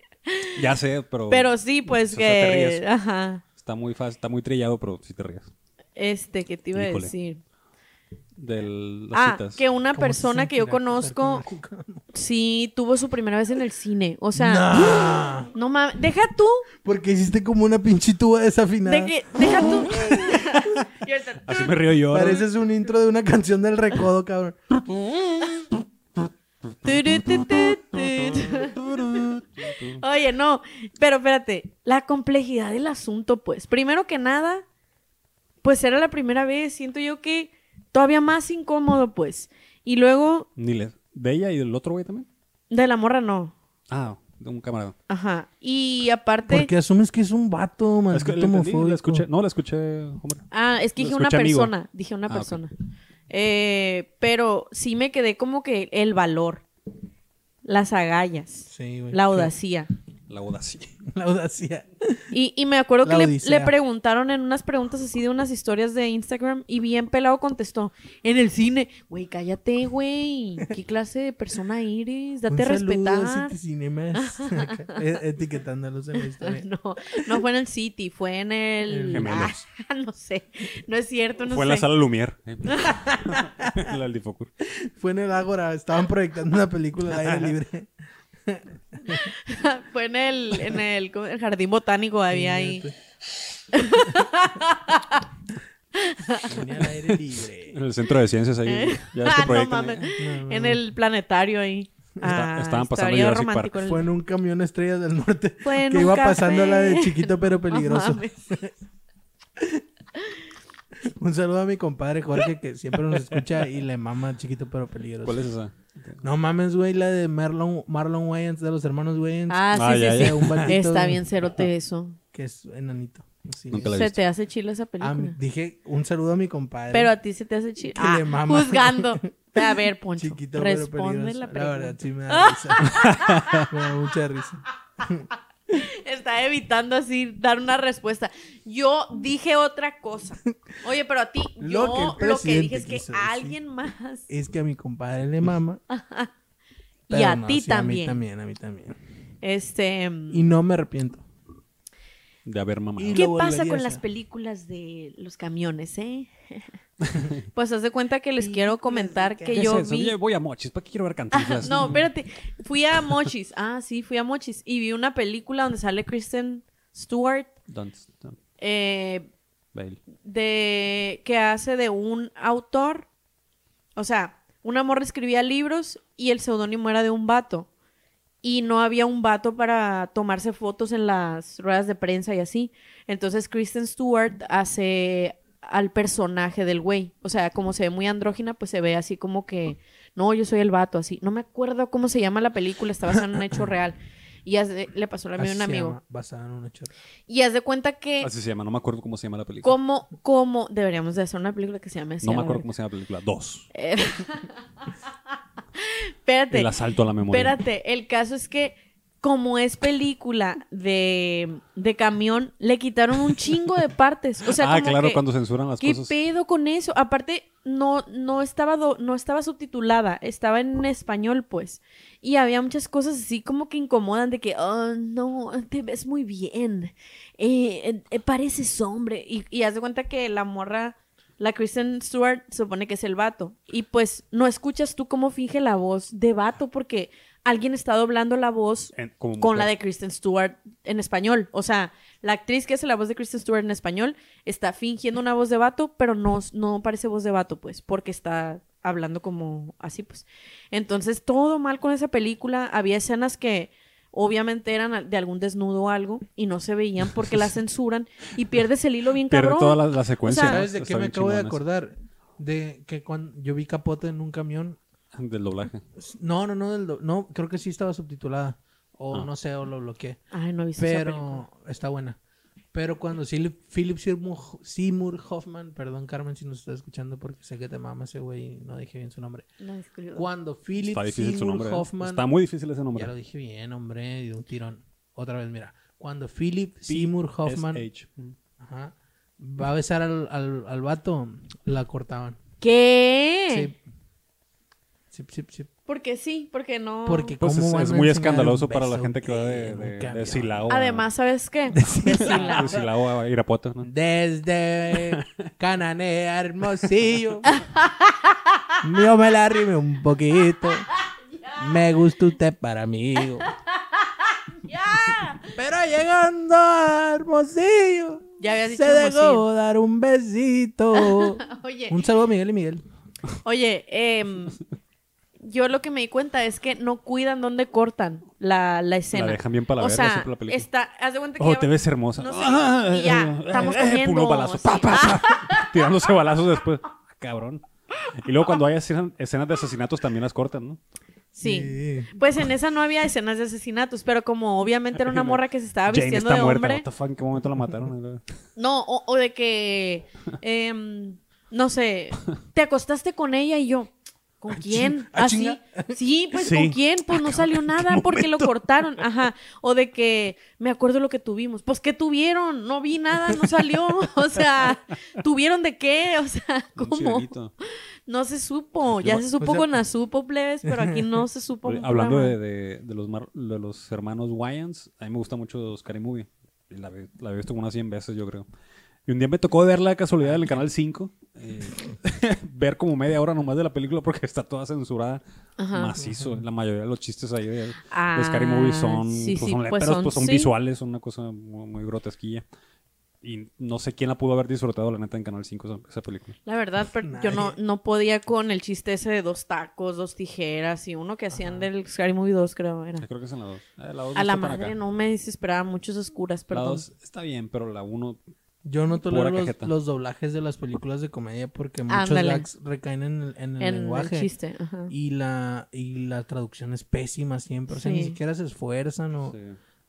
Speaker 1: ya sé, pero,
Speaker 3: Pero sí, pues
Speaker 1: Oh. O sea, te
Speaker 3: que...
Speaker 1: ríes.
Speaker 3: Ajá.
Speaker 1: está muy fácil, está muy trillado, pero si te ríes.
Speaker 3: Este, que te iba a
Speaker 1: Híjole.
Speaker 3: decir?
Speaker 1: De las
Speaker 3: ah,
Speaker 1: citas.
Speaker 3: que una
Speaker 2: ¿Cómo se
Speaker 3: persona que yo
Speaker 2: sentirá coger
Speaker 3: conozco
Speaker 2: con alguien?
Speaker 3: sí tuvo su primera vez en el cine. O sea, ¡Ah!
Speaker 2: Nah,
Speaker 3: no mames, deja tú
Speaker 2: Porque hiciste como una pinche tuba desafinada.
Speaker 3: De que, deja tú. Y ahorita,
Speaker 1: Así me río yo. ¿no?
Speaker 2: Pareces un intro de una canción del recodo, cabrón.
Speaker 3: turu, tu, tu, tu, tu. Oye, no, pero espérate, la complejidad del asunto, pues, primero que nada, pues era la primera vez, siento yo que todavía más incómodo, pues, y luego
Speaker 1: Ni le- de ella y del otro güey también.
Speaker 3: de la morra no,
Speaker 1: Ah, de un camarada.
Speaker 3: ajá, y aparte,
Speaker 2: Porque asumes que es un vato,
Speaker 1: Es que
Speaker 2: maldito
Speaker 1: la entendí, la
Speaker 2: homofóbico.
Speaker 1: escuché. No, la escuché, hombre.
Speaker 3: ah, es que
Speaker 1: Lo
Speaker 3: dije una
Speaker 1: escuché, amigo.
Speaker 3: persona, dije una
Speaker 1: Ah, ok.
Speaker 3: persona, Eh, pero sí me quedé como que el valor, las agallas,
Speaker 2: Sí, güey.
Speaker 3: la audacia.
Speaker 1: La audacia.
Speaker 2: La audacia.
Speaker 3: Y, y me acuerdo que
Speaker 2: La
Speaker 3: le,
Speaker 2: odisea.
Speaker 3: le preguntaron en unas preguntas así de unas historias de Instagram y bien pelado contestó, en el cine, güey, cállate, güey, ¿qué clase de persona eres? Date a
Speaker 2: Un saludo a
Speaker 3: respetar.
Speaker 2: Citicinemas. Acá, e- Etiquetándolos en mi historia.
Speaker 3: Ah, No, no fue en el City, fue en el...
Speaker 1: Gemelos.
Speaker 3: Ah, no sé, no es cierto, no
Speaker 1: Fue en
Speaker 3: sé.
Speaker 1: la sala Lumière. eh. la del Difocur.
Speaker 2: Fue en el Ágora, estaban proyectando una película al aire libre.
Speaker 3: fue en el, en el, ¿cómo? el jardín botánico, había ahí.
Speaker 2: Ponía al aire libre.
Speaker 1: En el centro de ciencias ahí. Ya este ves que
Speaker 3: Ah, no
Speaker 1: proyectan,
Speaker 3: mames,
Speaker 1: eh.
Speaker 2: No,
Speaker 3: en el planetario ahí.
Speaker 1: Está-
Speaker 3: Ah,
Speaker 1: estaban pasando
Speaker 3: estaría
Speaker 1: Jurassic Park.
Speaker 3: romántico el-
Speaker 2: Fue en un camión estrellas del norte
Speaker 3: Fue en
Speaker 2: que
Speaker 3: un
Speaker 2: iba pasando
Speaker 3: café.
Speaker 2: la de chiquito pero
Speaker 3: No
Speaker 2: peligroso.
Speaker 3: mames.
Speaker 2: un saludo a mi compadre Jorge que siempre nos escucha y le mama chiquito pero peligroso.
Speaker 1: ¿Cuál es esa?
Speaker 2: No mames, güey, la de Marlon, Marlon Wayans, de los hermanos Wayans,
Speaker 3: Ah, sí,
Speaker 1: Ah, ya,
Speaker 3: sí,
Speaker 1: ya.
Speaker 3: sí.
Speaker 2: Un batito.
Speaker 3: Está bien cerote eso.
Speaker 2: que es enanito. Sí.
Speaker 1: Nunca la he
Speaker 3: Se
Speaker 1: visto.
Speaker 3: te hace chila esa
Speaker 2: Ah,
Speaker 3: película.
Speaker 2: dije un saludo a mi compadre.
Speaker 3: Pero a ti se te hace chila.
Speaker 2: Que le
Speaker 3: Ah,
Speaker 2: mama.
Speaker 3: juzgando. A ver, Poncho.
Speaker 2: chiquito pero
Speaker 3: responde
Speaker 2: peligroso.
Speaker 3: la
Speaker 2: La,
Speaker 3: pregunta.
Speaker 2: verdad, sí me da risa. me da mucha risa.
Speaker 3: Está evitando así dar una respuesta. Yo dije otra cosa. Oye, pero a ti,
Speaker 2: Lo que el
Speaker 3: yo lo que
Speaker 2: presidente
Speaker 3: dije es que
Speaker 2: quiso decir.
Speaker 3: alguien más.
Speaker 2: Es que a mi compadre le mama.
Speaker 3: Ah, Y
Speaker 2: pero
Speaker 3: a
Speaker 2: no,
Speaker 3: ti
Speaker 2: sí, A mí
Speaker 3: también.
Speaker 2: también, a mí también.
Speaker 3: Este.
Speaker 2: Y no me arrepiento.
Speaker 1: De haber mamado.
Speaker 2: Y
Speaker 3: ¿Qué
Speaker 2: lo
Speaker 3: pasa
Speaker 2: volvería a
Speaker 3: con
Speaker 2: hacer.
Speaker 3: las películas de los camiones, eh? pues haz de cuenta que les quiero comentar que yo vi.
Speaker 1: voy a Mochis, ¿para qué quiero ver cantinflas? Mm.
Speaker 3: No, espérate. Fui a Mochis. Ah, sí, fui a Mochis. Y vi una película donde sale Kristen Stewart
Speaker 1: Don't stop,
Speaker 3: eh,
Speaker 1: Bale.
Speaker 3: de, que hace de un autor. O sea, una morra escribía libros y el seudónimo era de un vato. Y no había un vato para tomarse fotos en las ruedas de prensa y así. Entonces Kristen Stewart hace al personaje del güey. O sea, como se ve muy andrógina, pues se ve así como que, no, yo soy el vato, así. No me acuerdo cómo se llama la película, está basada en un hecho real. Y haz de- le pasó la mía a
Speaker 2: Así
Speaker 3: un
Speaker 2: se
Speaker 3: amigo.
Speaker 2: llama, basada en un hecho.
Speaker 3: Y haz de cuenta que,
Speaker 1: Así se llama, no me acuerdo cómo se llama la película.
Speaker 3: como, como, deberíamos de hacer una película que se llame así.
Speaker 1: No
Speaker 3: a
Speaker 1: me
Speaker 3: la
Speaker 1: acuerdo
Speaker 3: verga.
Speaker 1: cómo se llama la película. Dos.
Speaker 3: Eh, Espérate.
Speaker 1: El asalto a la memoria.
Speaker 3: Espérate, el caso es que como es película de, de camión, le quitaron un chingo de partes. O sea,
Speaker 1: ah,
Speaker 3: como
Speaker 1: claro,
Speaker 3: que,
Speaker 1: cuando censuran las
Speaker 3: ¿Qué
Speaker 1: cosas.
Speaker 3: pedo con eso? Aparte, no, no, estaba do- no estaba subtitulada, estaba en español, pues. Y había muchas cosas así como que incomodan de que, oh, no, te ves muy bien, eh, eh, eh, pareces hombre. Y, y haz de cuenta que la morra, la Kristen Stewart, supone que es el vato. Y pues no escuchas tú cómo finge la voz de vato porque alguien está doblando la voz
Speaker 1: En- como
Speaker 3: con
Speaker 1: mujer.
Speaker 3: la de Kristen Stewart en español. O sea, la actriz que hace la voz de Kristen Stewart en español está fingiendo una voz de vato, pero no, no parece voz de vato, pues, porque está hablando como así, pues. Entonces, todo mal con esa película. Había escenas que obviamente eran de algún desnudo o algo y no se veían porque la censuran y pierdes el hilo bien
Speaker 1: Pierde
Speaker 3: cabrón.
Speaker 1: toda la, la secuencia.
Speaker 3: sea-
Speaker 1: ¿no?
Speaker 2: ¿Sabes de qué
Speaker 1: Está
Speaker 2: me
Speaker 1: bien
Speaker 2: acabo de
Speaker 1: chingona
Speaker 2: acordar? De que cuando yo vi capote en un camión.
Speaker 1: esa. Del doblaje.
Speaker 2: No, no, no, del do- no, creo que sí estaba subtitulada. O
Speaker 1: Ah.
Speaker 2: no sé, o lo bloqueé.
Speaker 3: Ay, no he visto esa película.
Speaker 2: Pero está buena. Pero cuando Sil- Philip Seymour, Seymour Hoffman, perdón Carmen si nos está escuchando porque sé que te mama ese güey y no dije bien su nombre.
Speaker 3: No, disculpa.
Speaker 2: Cuando Philip
Speaker 1: Está difícil su
Speaker 2: Seymour
Speaker 1: nombre. ¿eh?
Speaker 2: Hoffman,
Speaker 1: Está muy difícil ese nombre.
Speaker 2: ya lo dije bien, hombre, de un tirón. Otra vez, mira. Cuando Philip Seymour Hoffman Mm.
Speaker 1: SH.
Speaker 2: ajá, va a besar al, al, al vato, la cortaban.
Speaker 3: ¿Qué?
Speaker 2: Sí. Sí, sí, sí.
Speaker 3: Porque sí, porque no.
Speaker 2: Porque
Speaker 1: Pues
Speaker 2: cómo
Speaker 1: es,
Speaker 2: van
Speaker 1: es
Speaker 2: a
Speaker 1: muy
Speaker 2: enseñar
Speaker 1: escandaloso
Speaker 2: un
Speaker 1: para la
Speaker 2: beso
Speaker 1: gente que va
Speaker 2: en
Speaker 1: de,
Speaker 2: un
Speaker 1: de, de
Speaker 2: camión?
Speaker 1: Silao. a-
Speaker 3: Además, ¿sabes qué?
Speaker 1: De Silao a Irapuato. ¿no?
Speaker 2: Desde Cananea, Hermosillo. Mío me la rime un poquito. Me gusta usted para mí. Pero llegando a Hermosillo.
Speaker 3: Ya habías dicho
Speaker 2: Se dejó
Speaker 3: Hermosillo.
Speaker 2: dar un besito.
Speaker 3: Oye.
Speaker 2: Un saludo a Miguel y Miguel.
Speaker 3: Oye, em, yo lo que me di cuenta es que no cuidan dónde cortan la, la escena.
Speaker 1: La dejan bien para la
Speaker 3: O
Speaker 1: verga,
Speaker 3: sea,
Speaker 1: siempre la película.
Speaker 3: está, haz de cuenta que
Speaker 1: Oh,
Speaker 3: ya-
Speaker 1: te ves hermosa.
Speaker 3: no sé,
Speaker 1: Ah,
Speaker 3: y ya,
Speaker 1: eh,
Speaker 3: estamos
Speaker 1: eh,
Speaker 3: comiendo,
Speaker 1: puro balazo, pa,
Speaker 3: sí.
Speaker 1: pa, pa. Tirándose balazos después. Ah, Cabrón. Y luego cuando hay escenas, escenas de asesinatos también las cortan, ¿no?
Speaker 3: Sí. Pues en esa no había escenas de asesinatos, pero como obviamente era una morra que se estaba
Speaker 1: Jane
Speaker 3: Ah, vistiendo
Speaker 1: está
Speaker 3: de
Speaker 1: muerta.
Speaker 3: hombre.
Speaker 1: what the fuck, ¿En qué momento la mataron?
Speaker 3: No, o, o de que, em, no sé, te acostaste con ella y yo. ¿Con quién?
Speaker 1: ah,
Speaker 3: Así.
Speaker 1: chinga.
Speaker 3: sí, pues
Speaker 1: Sí.
Speaker 3: ¿con quién? Pues no salió nada porque lo cortaron. Ajá. O de que me acuerdo lo que tuvimos. Pues ¿qué tuvieron? No vi nada, no salió. O sea, ¿tuvieron de qué? O sea, ¿cómo? No se supo. Ya
Speaker 1: Pues, Yo-
Speaker 3: se supo
Speaker 2: o sea-
Speaker 3: con Azupo, plebes, pero aquí no se supo.
Speaker 1: Oye,
Speaker 3: un
Speaker 1: Hablando
Speaker 3: programa.
Speaker 1: de, de- de los mar- de los hermanos Wyans, a mí me gusta mucho Scary Movie. Y La, vi- la he visto como unas 100 veces, yo creo. Y un día me tocó verla de casualidad en el canal 5. eh, ver como media hora nomás de la película porque está toda censurada.
Speaker 3: Ajá.
Speaker 1: Macizo. La mayoría de los chistes ahí de, de
Speaker 3: Ah,
Speaker 1: Scary Movie son,
Speaker 3: sí,
Speaker 1: pues,
Speaker 3: sí,
Speaker 1: son
Speaker 3: pues
Speaker 1: léperos,
Speaker 3: son-
Speaker 1: pues, son
Speaker 3: sí.
Speaker 1: visuales, son una cosa muy, muy grotesquilla. Y no sé quién la pudo haber disfrutado, la neta, en Canal 5 esa, esa película.
Speaker 3: La verdad, pero yo no, no podía con el chiste ese de dos tacos, dos tijeras y uno que hacían del Scary Movie 2, creo, era.
Speaker 1: Creo que es en la 2.
Speaker 3: A la madre no me desesperaba mucho esas curas,
Speaker 1: La
Speaker 3: perdón.
Speaker 1: 2 está bien, pero la 1
Speaker 2: Yo no
Speaker 1: Pura
Speaker 2: tolero los,
Speaker 1: cajeta.
Speaker 2: los doblajes de las películas de comedia porque muchos
Speaker 3: Ándale.
Speaker 2: gags recaen en el, en el
Speaker 3: En
Speaker 2: lenguaje.
Speaker 3: el chiste, ajá.
Speaker 2: Y la, y la traducción es pésima siempre. O sea, ni
Speaker 3: Sí.
Speaker 2: siquiera se esfuerzan o,
Speaker 1: sí.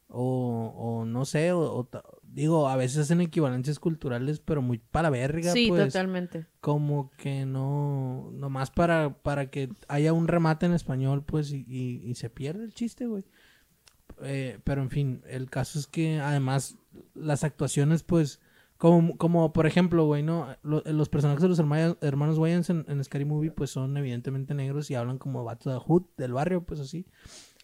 Speaker 2: o, o no sé. O, o ta- digo, a veces hacen equivalencias culturales, pero muy para verga.
Speaker 3: Sí,
Speaker 2: pues,
Speaker 3: totalmente.
Speaker 2: Como que no. Nomás para, para que haya un remate en español, pues, y, y- y se pierde el chiste, güey. Eh, pero en fin, el caso es que además las actuaciones, pues. Como, como por ejemplo, güey, ¿no? Lo- los personajes de los herma- hermanos Wayans en, en Scary Movie, pues son evidentemente negros y hablan como vato de hood, del barrio, pues así.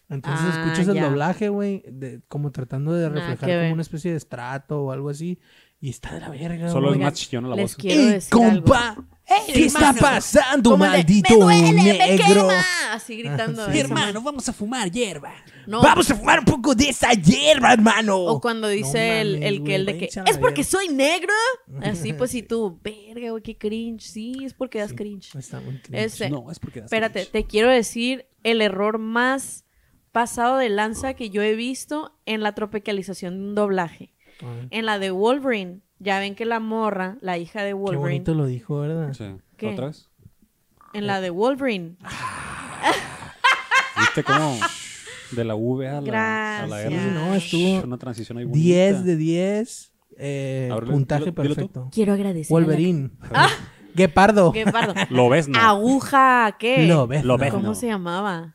Speaker 2: Entonces
Speaker 3: Ah,
Speaker 2: escuchas el
Speaker 3: ya.
Speaker 2: doblaje, güey, de- como tratando de
Speaker 3: Nada
Speaker 2: reflejar
Speaker 3: que
Speaker 2: como
Speaker 3: ver.
Speaker 2: una especie de estrato o algo así. Y está de la verga,
Speaker 1: Solo es
Speaker 2: güey.
Speaker 1: más chillona la
Speaker 3: les
Speaker 1: voz.
Speaker 3: quiero
Speaker 2: ¡Ey,
Speaker 3: decir algo.
Speaker 2: compa! ¿Qué está pasando,
Speaker 3: Como el de,
Speaker 2: maldito
Speaker 3: ¡Me duele, me
Speaker 2: negro?
Speaker 3: quema! Así gritando.
Speaker 2: sí.
Speaker 3: eso.
Speaker 4: Hermano, vamos a fumar hierba.
Speaker 3: No.
Speaker 4: Vamos a fumar un poco de esa hierba, hermano.
Speaker 3: O cuando dice
Speaker 2: No
Speaker 3: el, el
Speaker 2: mames,
Speaker 3: que el
Speaker 2: güey,
Speaker 3: de que
Speaker 2: pinche
Speaker 3: es porque
Speaker 2: verga".
Speaker 3: soy negro. Así pues, y tú, verga, güey, qué cringe. Sí, es porque das cringe.
Speaker 2: Está muy cringe.
Speaker 3: Este,
Speaker 1: No, es porque.
Speaker 3: Espérate, te quiero decir el error más pasado de lanza que yo he visto en la tropicalización de un doblaje.
Speaker 2: Ah.
Speaker 3: En la de Wolverine, Ya ven que la morra, la hija de
Speaker 2: Qué
Speaker 3: Wolverine,
Speaker 2: bonito lo dijo, ¿verdad?
Speaker 1: Sí.
Speaker 3: ¿Qué?
Speaker 1: ¿Otra vez?
Speaker 3: en la de Wolverine,
Speaker 1: Ah, ¿Viste cómo? De la V a la, a la R.
Speaker 3: Gracias.
Speaker 2: Sí, no, estuvo
Speaker 1: Una transición ahí bonita.
Speaker 2: 10 de 10. eh,
Speaker 1: A ver,
Speaker 2: puntaje
Speaker 1: dilo- dilo tú.
Speaker 2: perfecto.
Speaker 3: quiero agradecer.
Speaker 2: Wolverine.
Speaker 3: Ah.
Speaker 2: Guepardo.
Speaker 3: Que pardo.
Speaker 1: Lo ves, no.
Speaker 3: Ah, Aguja, ¿qué?
Speaker 2: Lo ves.
Speaker 1: Lo ves.
Speaker 3: ¿Cómo
Speaker 1: no.
Speaker 3: se llamaba?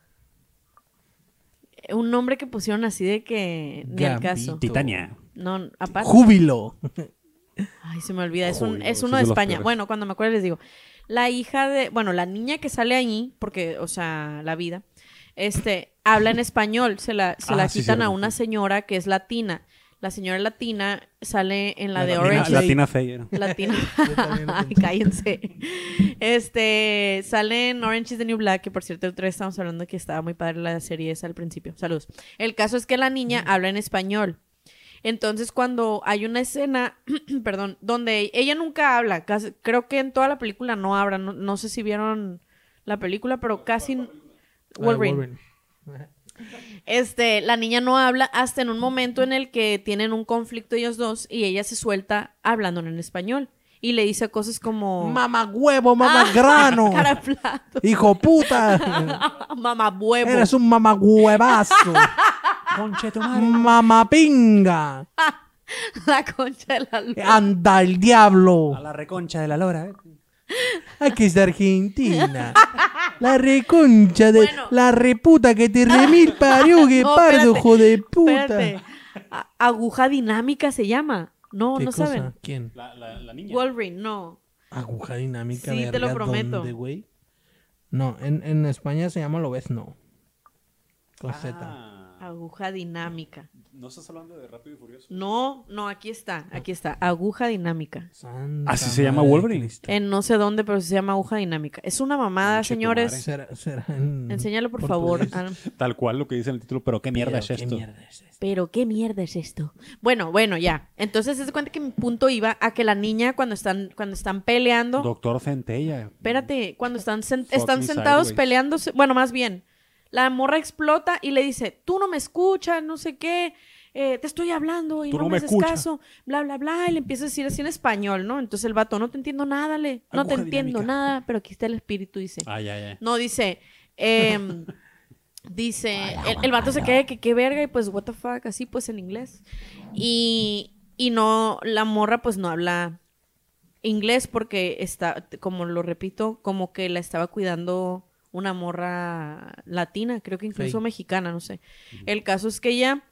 Speaker 3: Un nombre que pusieron así de que ni al caso.
Speaker 2: Gambito.
Speaker 1: Titania.
Speaker 3: No, aparte.
Speaker 2: Júbilo.
Speaker 3: Ay, se me olvida. Es, un,
Speaker 1: Uy,
Speaker 3: es
Speaker 1: eso
Speaker 3: uno
Speaker 1: es de
Speaker 3: de
Speaker 1: los
Speaker 3: España.
Speaker 1: peores.
Speaker 3: Bueno, cuando me acuerdo les digo. La hija de. Bueno, la niña que sale ahí, porque, o sea, la vida, este, habla en español. Se la, se
Speaker 1: Ah,
Speaker 3: la
Speaker 1: sí,
Speaker 3: quitan a
Speaker 1: cierto.
Speaker 3: una señora que es latina. La señora latina sale en la,
Speaker 2: La
Speaker 3: de
Speaker 2: latina-
Speaker 3: Orange.
Speaker 1: Latina,
Speaker 3: is the
Speaker 1: Latina Fey era.
Speaker 3: Latina.
Speaker 2: Yo también lo
Speaker 3: Ay,
Speaker 2: pensé.
Speaker 3: cállense. Este, sale en Orange is the New Black, que por cierto, otra vez estábamos hablando que estaba muy padre la serie esa al principio. Saludos. El caso es que la niña habla en español. Entonces, cuando hay una escena, perdón, donde ella nunca habla, casi- creo que en toda la película no habla, no, no sé si vieron la película, pero casi...
Speaker 2: Ah,
Speaker 3: Wolverine. Este, la niña no habla hasta en un momento en el que tienen un conflicto ellos dos y ella se suelta hablando en español y le dice cosas como
Speaker 2: Mamá huevo, mamá grano.
Speaker 3: cara plata,
Speaker 2: Hijo puta.
Speaker 3: Ah. mamá huevo.
Speaker 2: Eres un mamá huevazo. Mamá pinga.
Speaker 3: La concha de la
Speaker 2: Ah,
Speaker 3: luna.
Speaker 2: Anda el diablo.
Speaker 1: la reconcha de la lora. ¿eh?
Speaker 2: Aquí es de Argentina. La reconcha de
Speaker 3: Bueno.
Speaker 2: la reputa que te remil parió, que
Speaker 3: No,
Speaker 2: pardo,
Speaker 3: espérate,
Speaker 2: hijo de puta.
Speaker 3: Espérate. A- aguja dinámica se llama. No,
Speaker 2: ¿Qué
Speaker 3: no
Speaker 2: cosa?
Speaker 3: saben.
Speaker 2: ¿Quién?
Speaker 1: La, la, la niña.
Speaker 3: Wolverine, no.
Speaker 2: Aguja dinámica,
Speaker 3: Sí, te
Speaker 2: verga,
Speaker 3: lo prometo.
Speaker 2: ¿dónde, güey? No, en, en España se llama lobezno. Con Z.
Speaker 1: Ah,
Speaker 3: Aguja dinámica.
Speaker 1: no estás hablando de Rápido y Furioso.
Speaker 3: No, no, aquí está, aquí está. Aguja dinámica.
Speaker 2: Santa
Speaker 1: ¿Así se llama
Speaker 2: madre de
Speaker 1: Wolverine?
Speaker 2: Cristo.
Speaker 3: En no sé dónde, pero se llama aguja dinámica. Es una mamada,
Speaker 1: Conche tu
Speaker 3: señores.
Speaker 1: madre.
Speaker 2: Será, será en
Speaker 3: Enséñalo, por
Speaker 2: portugués.
Speaker 3: favor. Ah,
Speaker 1: Tal cual lo que dice en el título, pero qué mierda
Speaker 2: Pero,
Speaker 1: es
Speaker 2: ¿qué
Speaker 1: esto.
Speaker 2: mierda es esto?
Speaker 3: Pero qué mierda es esto. Bueno, bueno, ya. Entonces se cuenta que mi punto iba a que la niña cuando están, cuando están peleando.
Speaker 1: Doctor Centella.
Speaker 3: Espérate, cuando están, sen-
Speaker 1: Fuck
Speaker 3: están
Speaker 1: me
Speaker 3: sentados
Speaker 1: sideways.
Speaker 3: peleándose. Bueno, más bien. La morra explota y le dice, tú no me escuchas, no sé qué, eh, te estoy hablando y
Speaker 1: Tú
Speaker 3: no,
Speaker 1: no
Speaker 3: me
Speaker 1: me
Speaker 3: haces
Speaker 1: escuchas".
Speaker 3: caso, bla, bla, bla. Y le empieza a decir así en español, ¿no? Entonces el vato, no te entiendo nada, le, no te
Speaker 1: Aguja
Speaker 3: entiendo
Speaker 1: dinámica. Ah,
Speaker 3: nada, pero aquí está el espíritu, dice.
Speaker 1: Ay, ay, ay.
Speaker 3: No, dice. em, dice. El, el vato se queda de que qué verga y pues, what the fuck, así pues en inglés. Y, y no, la morra pues no habla inglés porque está, como lo repito, como que la estaba cuidando una morra latina, creo que incluso
Speaker 2: Fey.
Speaker 3: mexicana, no sé. El caso es que ella.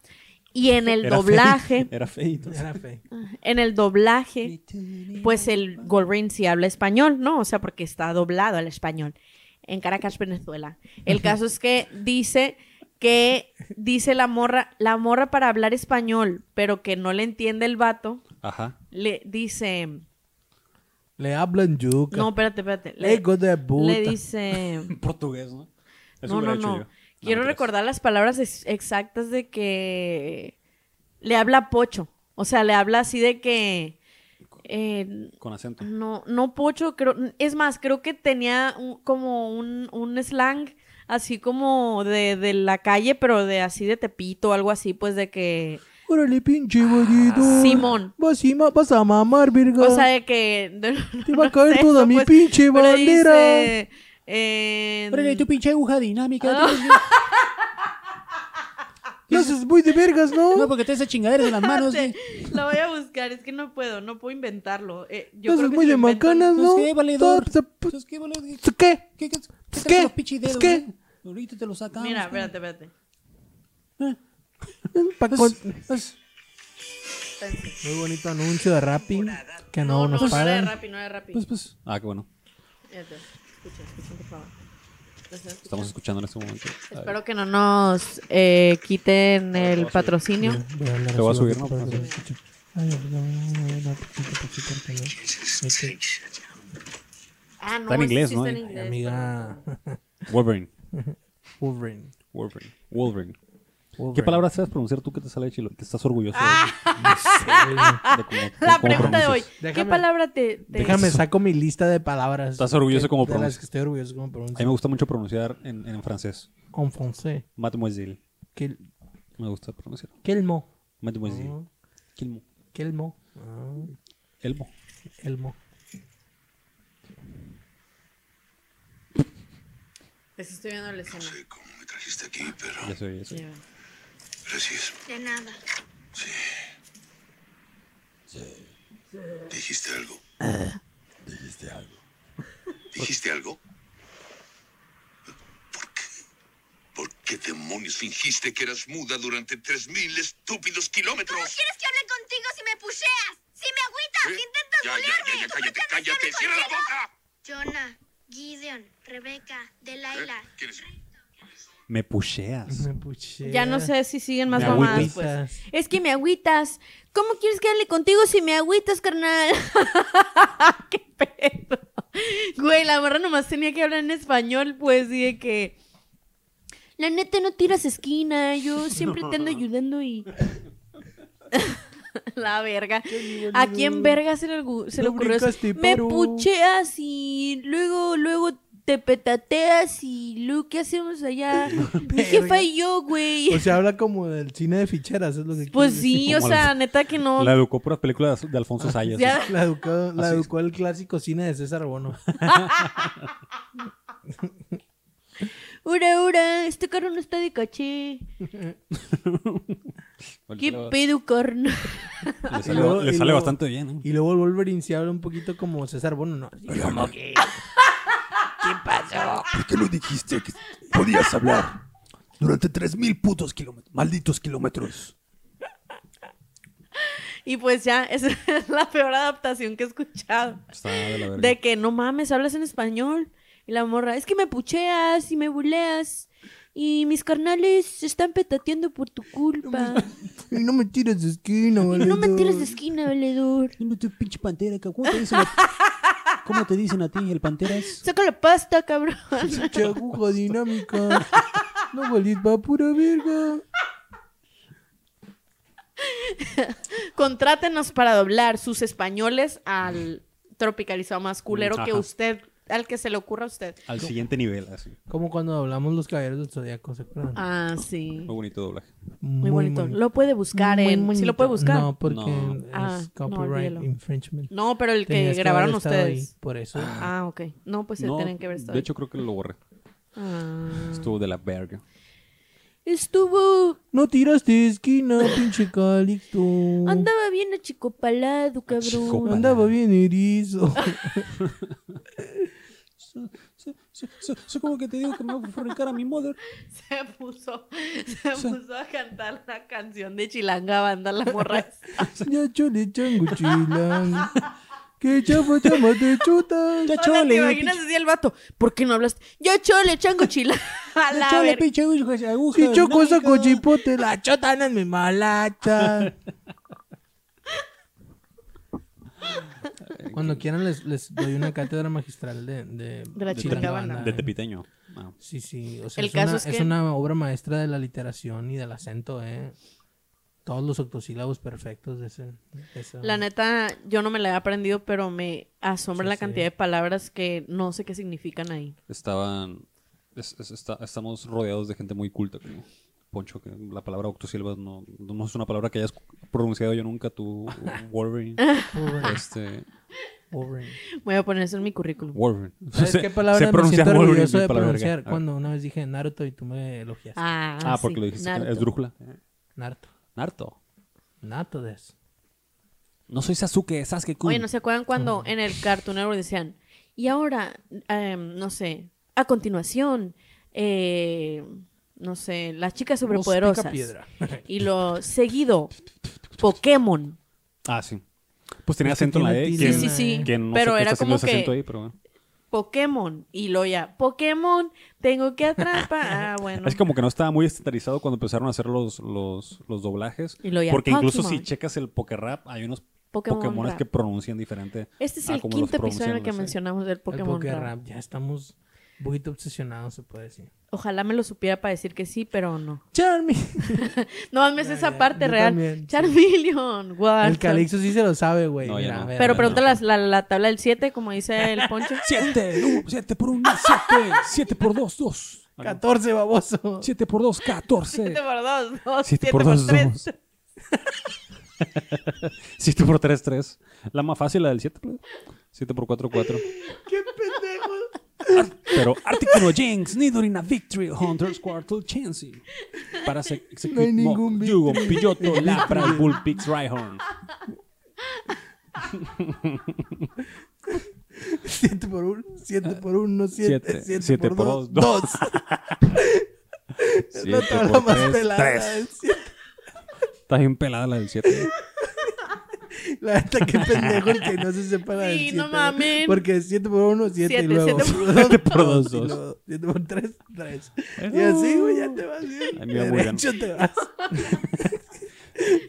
Speaker 3: Y en el
Speaker 1: Era
Speaker 3: doblaje,
Speaker 1: fey- Era feito.
Speaker 2: Era fe.
Speaker 3: en el doblaje, pues el Wolverine sí habla español, ¿no? O sea, porque está doblado al español en Caracas, Venezuela. El caso es que dice que dice la morra, la morra para hablar español, pero que no le entiende el vato,
Speaker 1: Ajá.
Speaker 3: le dice,
Speaker 2: Le hablan yuca.
Speaker 3: no, espérate, espérate. Le,
Speaker 2: Hijo de puta.
Speaker 3: le dice,
Speaker 1: Portugués, ¿no? Eso
Speaker 3: no, no,
Speaker 1: hubiera hecho
Speaker 3: no.
Speaker 1: yo.
Speaker 3: Quiero
Speaker 1: mentiras.
Speaker 3: recordar las palabras ex- exactas de que le habla pocho, o sea, le habla así de que eh,
Speaker 1: Con acento.
Speaker 3: No, no pocho, creo, es más, creo que tenía un- como un, un slang así como de, de la calle, pero de así de Tepito, algo así, pues de que,
Speaker 2: Órale, pinche bandido.
Speaker 3: Simón.
Speaker 2: Vas, y ma- vas a mamar, verga.
Speaker 3: o sea, de que... de-
Speaker 2: Te va a caer toda mi pinche
Speaker 3: pero dice,
Speaker 2: bandera.
Speaker 3: en-
Speaker 1: pinche aguja dinámica.
Speaker 2: No seas muy de vergas, ¿no? No,
Speaker 1: porque te hace chingadera de las manos.
Speaker 3: Espérate, Lo voy a buscar, es que no puedo, no puedo inventarlo. eh, yo creo
Speaker 2: seas
Speaker 3: que
Speaker 2: muy
Speaker 3: si lo
Speaker 2: de
Speaker 3: invento-
Speaker 2: macanas, ¿no? Todo-
Speaker 1: qué, boludo? ¿Qué?
Speaker 2: ¿Tú ¿Qué?
Speaker 1: ¿Qué?
Speaker 2: Pues qué, los pinches pues dedos, qué. ¿no?
Speaker 1: Ahorita te lo sacamos.
Speaker 3: Mira, espérate, espérate.
Speaker 2: Pa'
Speaker 1: Pues,
Speaker 2: con-
Speaker 3: Pues,
Speaker 2: Muy bonito anuncio de Rappi. Que no,
Speaker 3: No, no,
Speaker 2: nos
Speaker 3: no era de
Speaker 2: pagan.
Speaker 3: Rappi, no era de Rappi.
Speaker 1: Pues, pues. Ah, qué bueno.
Speaker 3: Fíjate, escuchen, escuchen, por favor. Lo están escuchando.
Speaker 1: Estamos escuchando en este momento. Ay,
Speaker 3: Espero que no nos eh, quiten el patrocinio.
Speaker 2: Voy a hablar
Speaker 1: Te voy a
Speaker 2: así
Speaker 1: subir,
Speaker 2: bajito
Speaker 1: ¿no?
Speaker 2: para que
Speaker 1: Para
Speaker 2: lo escuche. Ay, verga, no, no, no, poquito, poquito, porque no. Este,
Speaker 3: Ah, no,
Speaker 1: Está en
Speaker 3: ese
Speaker 1: inglés,
Speaker 3: sí
Speaker 1: ¿no?
Speaker 3: está en
Speaker 1: Ay,
Speaker 3: inglés,
Speaker 2: Amiga.
Speaker 1: Wolverine.
Speaker 2: Wolverine.
Speaker 1: Wolverine. Wolverine. ¿Qué
Speaker 2: Wolverine.
Speaker 1: palabra sabes pronunciar tú que te sale chilo? Que estás orgulloso de- de cómo- de
Speaker 3: perdón. Ah. La
Speaker 1: cómo
Speaker 3: pregunta de hoy.
Speaker 1: pronuncias.
Speaker 2: Déjame-
Speaker 3: ¿Qué palabra te, te-
Speaker 2: Déjame, saco mi lista de palabras.
Speaker 1: ¿Estás orgulloso
Speaker 2: que-
Speaker 1: como
Speaker 2: De las
Speaker 1: pronuncia?
Speaker 2: que estoy orgulloso como
Speaker 1: A mí me
Speaker 2: pronuncia.
Speaker 1: gusta mucho pronunciar en, en francés.
Speaker 2: En francés.
Speaker 1: Mademoiselle.
Speaker 2: Quel-
Speaker 1: Me gusta pronunciar.
Speaker 2: Quel mot?
Speaker 5: Oh.
Speaker 1: Mademoiselle.
Speaker 2: Ah.
Speaker 1: Quel mot.
Speaker 2: Quel mot? Ah.
Speaker 1: Elmo.
Speaker 2: Elmo.
Speaker 3: Pues estoy viendo la escena.
Speaker 6: sé cómo me trajiste aquí, pero
Speaker 1: Ya se oye, ya se oye.
Speaker 3: Ya.
Speaker 6: gracias.
Speaker 7: De nada.
Speaker 6: Sí. Dijiste algo. Eh, Dijiste algo. ¿Dijiste algo? ¿Por qué? ¿Por qué demonios fingiste que eras muda durante tres mil estúpidos
Speaker 7: ¿Cómo
Speaker 6: kilómetros?
Speaker 7: quieres que hable contigo si me puseas? Si me agüitas,
Speaker 6: ¿Eh?
Speaker 7: intentas
Speaker 6: ya, ya,
Speaker 7: bolearme.
Speaker 6: ya, ya,
Speaker 7: ¿Tú
Speaker 6: cállate,
Speaker 7: pretendes
Speaker 6: cállate,
Speaker 7: verme
Speaker 6: cierra la
Speaker 7: contigo?
Speaker 6: boca.
Speaker 7: Jonah, Gideon, Rebeca, Delilah.
Speaker 6: ¿Eh? ¿Quién es?
Speaker 1: Me pusheas.
Speaker 2: Me puché.
Speaker 3: Ya no sé si siguen más
Speaker 1: Me
Speaker 3: mamadas,
Speaker 1: agüitas.
Speaker 3: pues.
Speaker 7: Es que me agüitas. ¿Cómo quieres que hable contigo si me agüitas, carnal?
Speaker 3: ¿Qué pedo? Güey, la morra nomás tenía que hablar en español, pues, y de que...
Speaker 7: La neta no tiras esquina, yo siempre te ando ayudando y...
Speaker 3: La verga. ¿A
Speaker 1: Mm.
Speaker 3: quién verga se le, gu- se le
Speaker 2: No
Speaker 3: ocurrió eso?
Speaker 2: brincas,
Speaker 3: Me
Speaker 2: Tiparu.
Speaker 3: pucheas y luego, luego te petateas y luego, ¿qué hacemos allá? Mi jefa y yo, güey.
Speaker 2: O sea, habla como del cine de ficheras, es lo que
Speaker 3: Pues
Speaker 2: quiere
Speaker 3: sí, o
Speaker 1: Pues Como
Speaker 3: sea, neta que no. Ah,
Speaker 1: La educó por las películas de Alfonso Sayas.
Speaker 3: Ya.
Speaker 2: decir. La educó, la
Speaker 1: Así es.
Speaker 2: educó el clásico cine de César Bono.
Speaker 7: Ura, ura, este carro no está de caché.
Speaker 1: Bueno,
Speaker 3: ¿Qué
Speaker 1: le sale-
Speaker 3: pedo, carnal?
Speaker 1: Le sale,
Speaker 2: Y luego-
Speaker 1: le
Speaker 2: y
Speaker 1: sale
Speaker 2: luego-
Speaker 1: bastante bien, ¿eh?
Speaker 2: Y luego el Wolverine sí habla un poquito como César Bono, ¿no? Así,
Speaker 8: Ah, ¿Por qué no dijiste que podías hablar durante tres mil putos kilómetros? Malditos kilómetros.
Speaker 3: Y pues ya, esa es la peor adaptación que he escuchado.
Speaker 1: Está de la verga.
Speaker 3: De que no mames, hablas en español. Y la morra, es que me pucheas y me buleas. Y mis carnales se están petateando por tu culpa.
Speaker 2: No me tires de esquina,
Speaker 7: Y no me tires de esquina, valedor.
Speaker 5: Dime tu pinche pantera, cabrón. ¿cómo te dicen a, cómo te dicen a ti el panteras?
Speaker 3: Saca la pasta, cabrón.
Speaker 2: Pinche aguja dinámica. No valís va pura verga.
Speaker 3: Contrátenos para doblar sus españoles al tropicalizado más culero
Speaker 1: Mm,
Speaker 3: que
Speaker 1: ajá.
Speaker 3: usted, al que se le ocurra a usted.
Speaker 1: Al siguiente nivel, así.
Speaker 2: Como cuando hablamos los caballeros del zodiaco, ¿se acuerdan?
Speaker 3: Ah, sí.
Speaker 1: Muy bonito doblaje.
Speaker 3: Muy, bonito.
Speaker 2: mon-
Speaker 3: Lo puede buscar
Speaker 2: muy
Speaker 3: en. Sí,
Speaker 2: bonito.
Speaker 3: lo puede buscar. No,
Speaker 2: No, porque
Speaker 1: No.
Speaker 2: es
Speaker 3: Ah, no,
Speaker 2: copyright
Speaker 3: olvídalo.
Speaker 2: infringement.
Speaker 3: pero el que
Speaker 2: Tenías haber
Speaker 3: grabaron
Speaker 2: estado
Speaker 3: ustedes.
Speaker 2: ahí, por eso.
Speaker 3: Ah, ok. No, pues se
Speaker 1: No,
Speaker 3: tienen que ver Ah.
Speaker 1: de hecho, creo que lo borré. Estuvo de la verga.
Speaker 7: Estuvo.
Speaker 2: No tiraste de esquina, pinche Calixto.
Speaker 7: Andaba bien achicopalado, cabrón.
Speaker 1: Achicopalado.
Speaker 2: Andaba bien erizo.
Speaker 5: Eso como que te digo que me va a fornicar a mi mother.
Speaker 3: Se puso, se puso a cantar la canción de Chilanga Banda la morra.
Speaker 2: ya chole chango chilango. Que chapa chama te chuta.
Speaker 5: Ya
Speaker 3: Chole, ¿Te
Speaker 5: chole,
Speaker 3: imaginas así el vato? ¿Por qué no hablaste? Yo chole, chango chilanga. A la
Speaker 5: ya chole,
Speaker 3: verga.
Speaker 5: pinche aguja. aguja
Speaker 2: Si choco
Speaker 5: dinámica.
Speaker 2: saco chipote, la chotana es mi malacha. Cuando quieran les, les doy una cátedra magistral de... De,
Speaker 3: De la
Speaker 2: de
Speaker 3: Chilanga
Speaker 2: Chilanga
Speaker 3: Banda.
Speaker 2: Banda.
Speaker 1: De Tepiteño. Ah,
Speaker 2: Sí, sí. O sea,
Speaker 3: El
Speaker 2: es,
Speaker 3: caso
Speaker 2: una,
Speaker 3: es que-
Speaker 2: es una obra maestra de la literación y del acento, ¿eh? Todos los octosílabos perfectos de ese... de esa-
Speaker 3: La neta, yo no me la he aprendido, pero me asombra
Speaker 2: Sí,
Speaker 3: la
Speaker 2: sí.
Speaker 3: cantidad de palabras que no sé qué significan ahí.
Speaker 1: estaban. es- es- está- estamos rodeados de gente muy culta, como Poncho, que la palabra octosilvas no, no es una palabra que hayas pronunciado yo nunca, tú, Wolverine.
Speaker 2: Warren,
Speaker 1: este,
Speaker 2: Warren.
Speaker 3: Voy a poner eso en mi currículum.
Speaker 1: Wolverine.
Speaker 2: ¿Sabes
Speaker 1: Sé-
Speaker 2: qué palabra
Speaker 1: sé
Speaker 2: me
Speaker 1: pronunciar
Speaker 2: siento
Speaker 1: Wolverine,
Speaker 2: orgulloso
Speaker 1: mi
Speaker 2: de
Speaker 1: palabra verga.
Speaker 2: pronunciar?
Speaker 1: Ah,
Speaker 2: Cuando una vez dije Naruto y tú me elogiaste.
Speaker 3: Ah,
Speaker 1: Ah,
Speaker 3: sí,
Speaker 1: porque lo dijiste. que
Speaker 3: Naruto.
Speaker 1: Es drújula.
Speaker 2: Naruto.
Speaker 1: Narto.
Speaker 2: Naruto des.
Speaker 5: No soy Sasuke, Sasuke Kun.
Speaker 3: Oye, ¿no se acuerdan cuando en el Cartoon Network decían, y ahora, em, no sé, a continuación, eh, no sé, las chicas
Speaker 2: Pica
Speaker 3: superpoderosas.
Speaker 2: piedra.
Speaker 3: Y lo seguido, Pokémon.
Speaker 1: Ah, sí. Pues tenía
Speaker 2: Es que
Speaker 1: acento en la
Speaker 2: tiene
Speaker 1: E.
Speaker 2: tilde
Speaker 1: que-
Speaker 2: en la
Speaker 3: Sí, sí, sí.
Speaker 1: que no
Speaker 3: Pero
Speaker 1: sé qué
Speaker 3: era
Speaker 1: está haciendo
Speaker 3: como
Speaker 1: ese
Speaker 3: que-
Speaker 1: acento ahí, pero bueno.
Speaker 3: Pokémon. Y lo ya, Pokémon, tengo que atrapar. Ah, bueno.
Speaker 1: Es como que no estaba muy estandarizado cuando empezaron a hacer los, los, los doblajes.
Speaker 3: Y lo ya,
Speaker 1: porque incluso
Speaker 3: Pokémon.
Speaker 1: si checas el Pokerrap, hay unos
Speaker 3: Pokémon
Speaker 1: Pokémones
Speaker 3: rap.
Speaker 1: que pronuncian diferente.
Speaker 3: Este es
Speaker 1: a
Speaker 3: el
Speaker 1: Ah, como los
Speaker 3: quinto episodio en el que
Speaker 1: pronuncian, sí.
Speaker 3: mencionamos del
Speaker 2: El
Speaker 3: Pokémon.
Speaker 2: poker
Speaker 3: rap.
Speaker 2: rap. Ya estamos un poquito obsesionados, se puede decir.
Speaker 3: Ojalá me lo supiera para decir que sí, pero no.
Speaker 2: Charmy.
Speaker 3: No mames
Speaker 2: Ya,
Speaker 3: esa
Speaker 2: ya,
Speaker 3: parte
Speaker 2: yo
Speaker 3: real.
Speaker 2: también, sí.
Speaker 3: Charmeleon,
Speaker 2: El
Speaker 3: Wartorb.
Speaker 2: Calixto sí se lo sabe, güey.
Speaker 1: No, ya
Speaker 2: Mira,
Speaker 1: no.
Speaker 2: ve,
Speaker 3: Pero
Speaker 2: ve,
Speaker 3: pregunta la, la, la tabla del 7, como dice el poncho.
Speaker 5: Siete, uh, siete por uno, siete. Siete por dos, dos.
Speaker 2: 14, baboso.
Speaker 5: Siete por dos, catorce.
Speaker 3: 7 por 2, 2,
Speaker 1: Siete
Speaker 3: 7
Speaker 1: por
Speaker 3: por
Speaker 1: dos,
Speaker 3: 3.
Speaker 1: dos. 7 por 3, 3. La más fácil, la del 7. 7 por 4, 4. Pero Artículo Jinx, Nidorina Victory, Hunters Quartal, Chancy. Para se
Speaker 8: No hay
Speaker 1: execute Mock,
Speaker 8: ningún
Speaker 1: Yugo, Pilloto, Lapra, Bullpix, Rhyhorn.
Speaker 8: 7 por 1, 7 por 1,
Speaker 1: siete,
Speaker 8: 7,
Speaker 1: siete
Speaker 8: 7
Speaker 1: por
Speaker 8: por 2,
Speaker 1: dos,
Speaker 8: 2. Es la
Speaker 1: Siete
Speaker 8: tabla
Speaker 1: por
Speaker 8: más
Speaker 1: tres,
Speaker 8: pelada.
Speaker 1: tres.
Speaker 8: es siete.
Speaker 1: Está bien pelada la del 7.
Speaker 8: La neta, qué pendejo el que no se separa del
Speaker 3: Sí,
Speaker 8: 7.
Speaker 3: no mamen.
Speaker 8: Porque 7 por 1, 7 y
Speaker 3: Siete,
Speaker 8: luego.
Speaker 3: siete
Speaker 8: 7
Speaker 1: por dos, dos.
Speaker 8: 7 por 3, 3. Y así, güey, ya te vas bien.
Speaker 1: Ahí me va muy bien.
Speaker 8: Derecho te vas.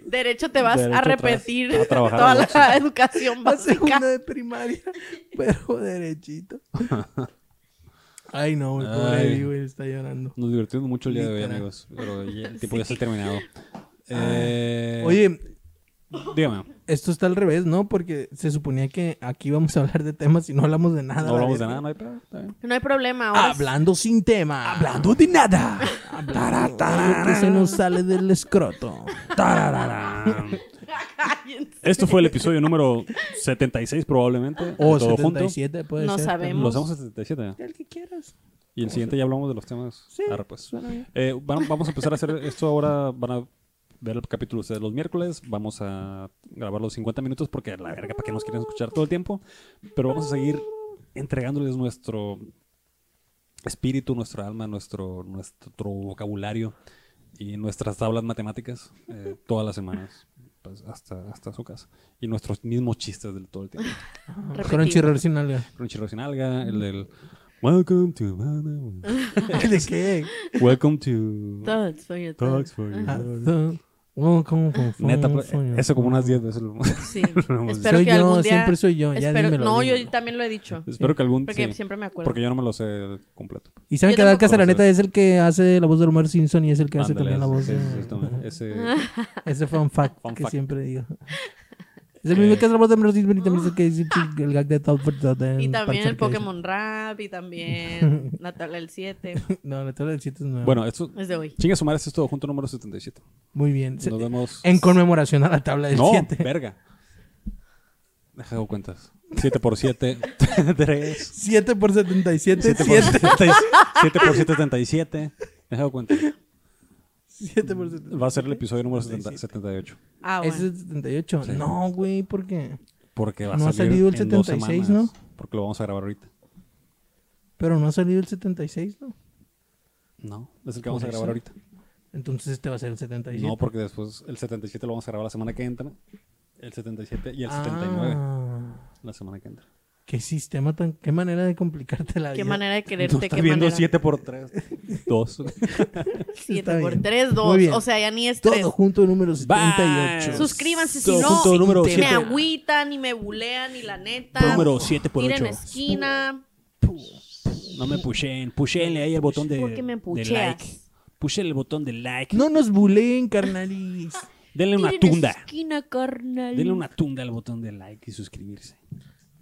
Speaker 3: Derecho te vas
Speaker 1: Derecho
Speaker 3: a
Speaker 1: atrás,
Speaker 3: repetir
Speaker 1: a trabajar
Speaker 3: toda
Speaker 1: en
Speaker 3: la
Speaker 1: Oxxo.
Speaker 3: educación
Speaker 8: La
Speaker 3: básica.
Speaker 8: segunda de primaria, pero derechito.
Speaker 2: Ay, no, güey, pobre
Speaker 1: Ay.
Speaker 2: Eddie, güey, está llorando.
Speaker 1: Nos divertimos mucho el día de hoy,
Speaker 8: Literal.
Speaker 1: amigos. Pero ya, el tiempo ya se ha terminado. Eh,
Speaker 2: Ah. Oye,
Speaker 1: dígame.
Speaker 2: esto está al revés, ¿no? Porque se suponía que aquí vamos a hablar de temas y no hablamos de nada.
Speaker 1: No
Speaker 2: la
Speaker 1: hablamos de
Speaker 2: verga.
Speaker 1: nada, no hay pedo. está bien.
Speaker 3: No hay problema. ahora sí.
Speaker 2: Hablando sin tema.
Speaker 8: Hablando de nada. Tarara,
Speaker 2: Lo que
Speaker 8: tarara,
Speaker 2: se nos sale del escroto.
Speaker 8: tarararán.
Speaker 3: Cállense.
Speaker 1: Ah. Esto fue el episodio número 76, probablemente. de
Speaker 2: O
Speaker 1: Todo Junto.
Speaker 2: 77, puede
Speaker 3: No
Speaker 2: ser.
Speaker 3: sabemos.
Speaker 1: Lo hacemos a 77.
Speaker 2: El que quieras.
Speaker 1: Y el siguiente ya hablamos de los temas.
Speaker 2: Oh, Sí,
Speaker 1: Arre, pues.
Speaker 2: suena bien.
Speaker 1: Eh, van- vamos a empezar a hacer esto ahora. Van a ver el capítulo ustedes los miércoles. Vamos a grabar los 50 minutos porque la verga, ¿para qué nos quieren escuchar todo el tiempo? Pero vamos a seguir entregándoles nuestro espíritu, nuestra alma, nuestro, nuestro vocabulario y nuestras tablas matemáticas eh, todas las semanas. pues, hasta, hasta su casa. Y nuestros mismos chistes del todo el tiempo.
Speaker 2: Crunchyroll sin alga.
Speaker 1: Crunchyroll sin alga, el del... Welcome to...
Speaker 2: ¿De qué?
Speaker 1: Welcome to...
Speaker 3: Todos, soy
Speaker 1: Talks
Speaker 3: todos.
Speaker 1: for
Speaker 2: Ah,
Speaker 1: you.
Speaker 2: uh,
Speaker 1: Neta,
Speaker 2: Neta,
Speaker 1: pues, eso como unas 10 veces lo hemos-
Speaker 3: Sí.
Speaker 1: lo hemos dicho.
Speaker 3: Espero
Speaker 2: Soy
Speaker 3: que
Speaker 2: yo,
Speaker 3: algún día.
Speaker 2: siempre soy yo, ya
Speaker 3: espero-
Speaker 2: dímelo,
Speaker 3: No, yo
Speaker 2: dímelo.
Speaker 3: también lo he dicho.
Speaker 1: Espero que algún
Speaker 3: Porque
Speaker 1: sí,
Speaker 3: siempre me acuerdo.
Speaker 1: Porque yo no me lo sé completo.
Speaker 2: Y saben
Speaker 3: Yo
Speaker 2: que Dark
Speaker 3: tampoco.
Speaker 2: Casaraneta es el que hace la voz de Homer Simpson y es el que hace
Speaker 1: Ándale,
Speaker 2: también la voz
Speaker 1: sí,
Speaker 2: de...
Speaker 1: sí, sí, toma, Ese,
Speaker 2: Ese fun fact
Speaker 1: Fun
Speaker 2: que
Speaker 1: fact.
Speaker 2: siempre digo. Es el mismo que hace la voz de Homer Simpson y también es el que dice el gag de Top
Speaker 3: Y también el Pokémon Rap, y también la tabla del 7.
Speaker 2: No, la tabla del 7 es nueva.
Speaker 1: bueno, esto.
Speaker 3: Es de hoy.
Speaker 1: Chinga sumar, esto es todo junto número 77.
Speaker 2: Muy bien. Se-
Speaker 1: Nos vemos.
Speaker 2: En conmemoración a la tabla del
Speaker 1: no,
Speaker 2: 7.
Speaker 1: verga. Deja hago cuentas. 7 por 7, 3.
Speaker 2: 7 por 77,
Speaker 1: 7 por 7 por 7, 77. Deja hago cuentas.
Speaker 2: 7 por 77.
Speaker 1: Va a ser el episodio número 70 78.
Speaker 3: Ah,
Speaker 2: Ese
Speaker 3: bueno.
Speaker 2: es el 78. No, güey, porque.
Speaker 1: Porque va a
Speaker 2: No ha
Speaker 1: salir
Speaker 2: salido el
Speaker 1: en dos
Speaker 2: 76,
Speaker 1: semanas, Porque lo vamos a grabar ahorita.
Speaker 2: Pero no ha salido el 76, ¿no?
Speaker 1: No, es el que vamos a
Speaker 2: Por
Speaker 1: grabar ahorita.
Speaker 2: Entonces este va a ser el 77.
Speaker 1: No, pues, porque después el 77 lo vamos a grabar la semana que entra. El 77 y el
Speaker 3: Ah.
Speaker 1: 79
Speaker 2: Ah,
Speaker 1: la semana que entra.
Speaker 2: qué sistema tan. Qué manera de complicarte la
Speaker 3: Qué
Speaker 2: vida.
Speaker 3: manera de quererte.
Speaker 1: Tú estás
Speaker 3: qué
Speaker 1: viendo
Speaker 3: manera.
Speaker 1: 7 por 3. 2.
Speaker 3: 7
Speaker 2: Está
Speaker 3: por
Speaker 2: bien.
Speaker 3: 3,
Speaker 2: Muy
Speaker 3: 2.
Speaker 2: bien.
Speaker 3: O sea, ya ni es 3.
Speaker 2: Todo junto número 78.
Speaker 3: Suscríbanse si
Speaker 1: Todo
Speaker 3: no.
Speaker 1: junto, número
Speaker 3: me
Speaker 1: siete.
Speaker 3: agüitan y me bulean y la neta.
Speaker 5: Número 7 por
Speaker 3: Tiren
Speaker 5: 8.
Speaker 3: esquina.
Speaker 5: No me pushen. Pushenle ahí el botón de,
Speaker 3: Porque me
Speaker 5: de
Speaker 3: pucheas.
Speaker 5: like. Pushen el botón de like.
Speaker 2: No nos buleen, carnalis.
Speaker 5: Denle una
Speaker 7: Tiren
Speaker 5: tunda.
Speaker 7: esa esquina, carnal.
Speaker 5: Denle una tunda al botón de like y suscribirse.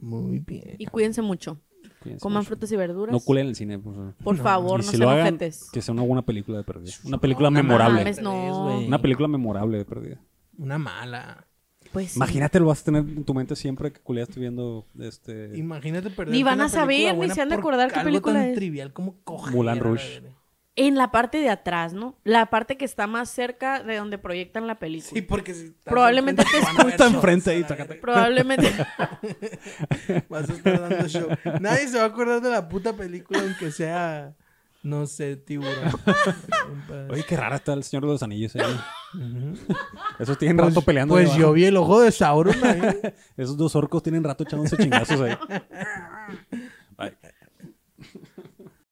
Speaker 2: Muy bien.
Speaker 3: Y cuídense mucho.
Speaker 1: Cuídense
Speaker 3: Coman
Speaker 1: mucho.
Speaker 3: frutas y verduras.
Speaker 1: No culen en el cine, por favor.
Speaker 3: por favor,
Speaker 1: Y
Speaker 3: no
Speaker 1: si
Speaker 3: sean
Speaker 1: lo hagan,
Speaker 3: ojetes.
Speaker 1: que sea una buena película de perdida. Una película
Speaker 3: No
Speaker 1: memorable.
Speaker 3: mames, no.
Speaker 1: Una película memorable de perdida.
Speaker 2: Una mala.
Speaker 3: Pues sí.
Speaker 1: Imagínate, lo vas a tener en tu mente siempre que culeaste viendo este
Speaker 2: Imagínate perder.
Speaker 3: Ni van a saber, ni se han de acordar qué película
Speaker 2: tan
Speaker 3: es.
Speaker 2: trivial como coger.
Speaker 1: Mulan
Speaker 2: a la
Speaker 1: Rouge.
Speaker 2: verga.
Speaker 3: en la parte de atrás, ¿no? La parte que está más cerca de donde proyectan la
Speaker 2: Sí,
Speaker 3: película.
Speaker 2: porque si estás
Speaker 3: Probablemente
Speaker 2: enfrente,
Speaker 3: te
Speaker 2: van a ver
Speaker 1: Está
Speaker 2: shots,
Speaker 1: enfrente
Speaker 2: a
Speaker 1: ahí,
Speaker 2: la
Speaker 1: sácate.
Speaker 2: verga.
Speaker 3: Probablemente.
Speaker 2: Vas a estar dando show. Nadie se va a acordar de la puta película, aunque sea, no sé, tiburón. Un pedazo.
Speaker 1: Oye, qué rara está el Señor de los Anillos. ¿eh?
Speaker 2: Ujú.
Speaker 1: Esos tienen
Speaker 2: Pues-
Speaker 1: rato peleando. ahí
Speaker 2: Pues
Speaker 1: abajo.
Speaker 2: yo vi el ojo de Sauron ahí.
Speaker 1: Esos dos orcos tienen rato echándose chingazos ahí. Ay,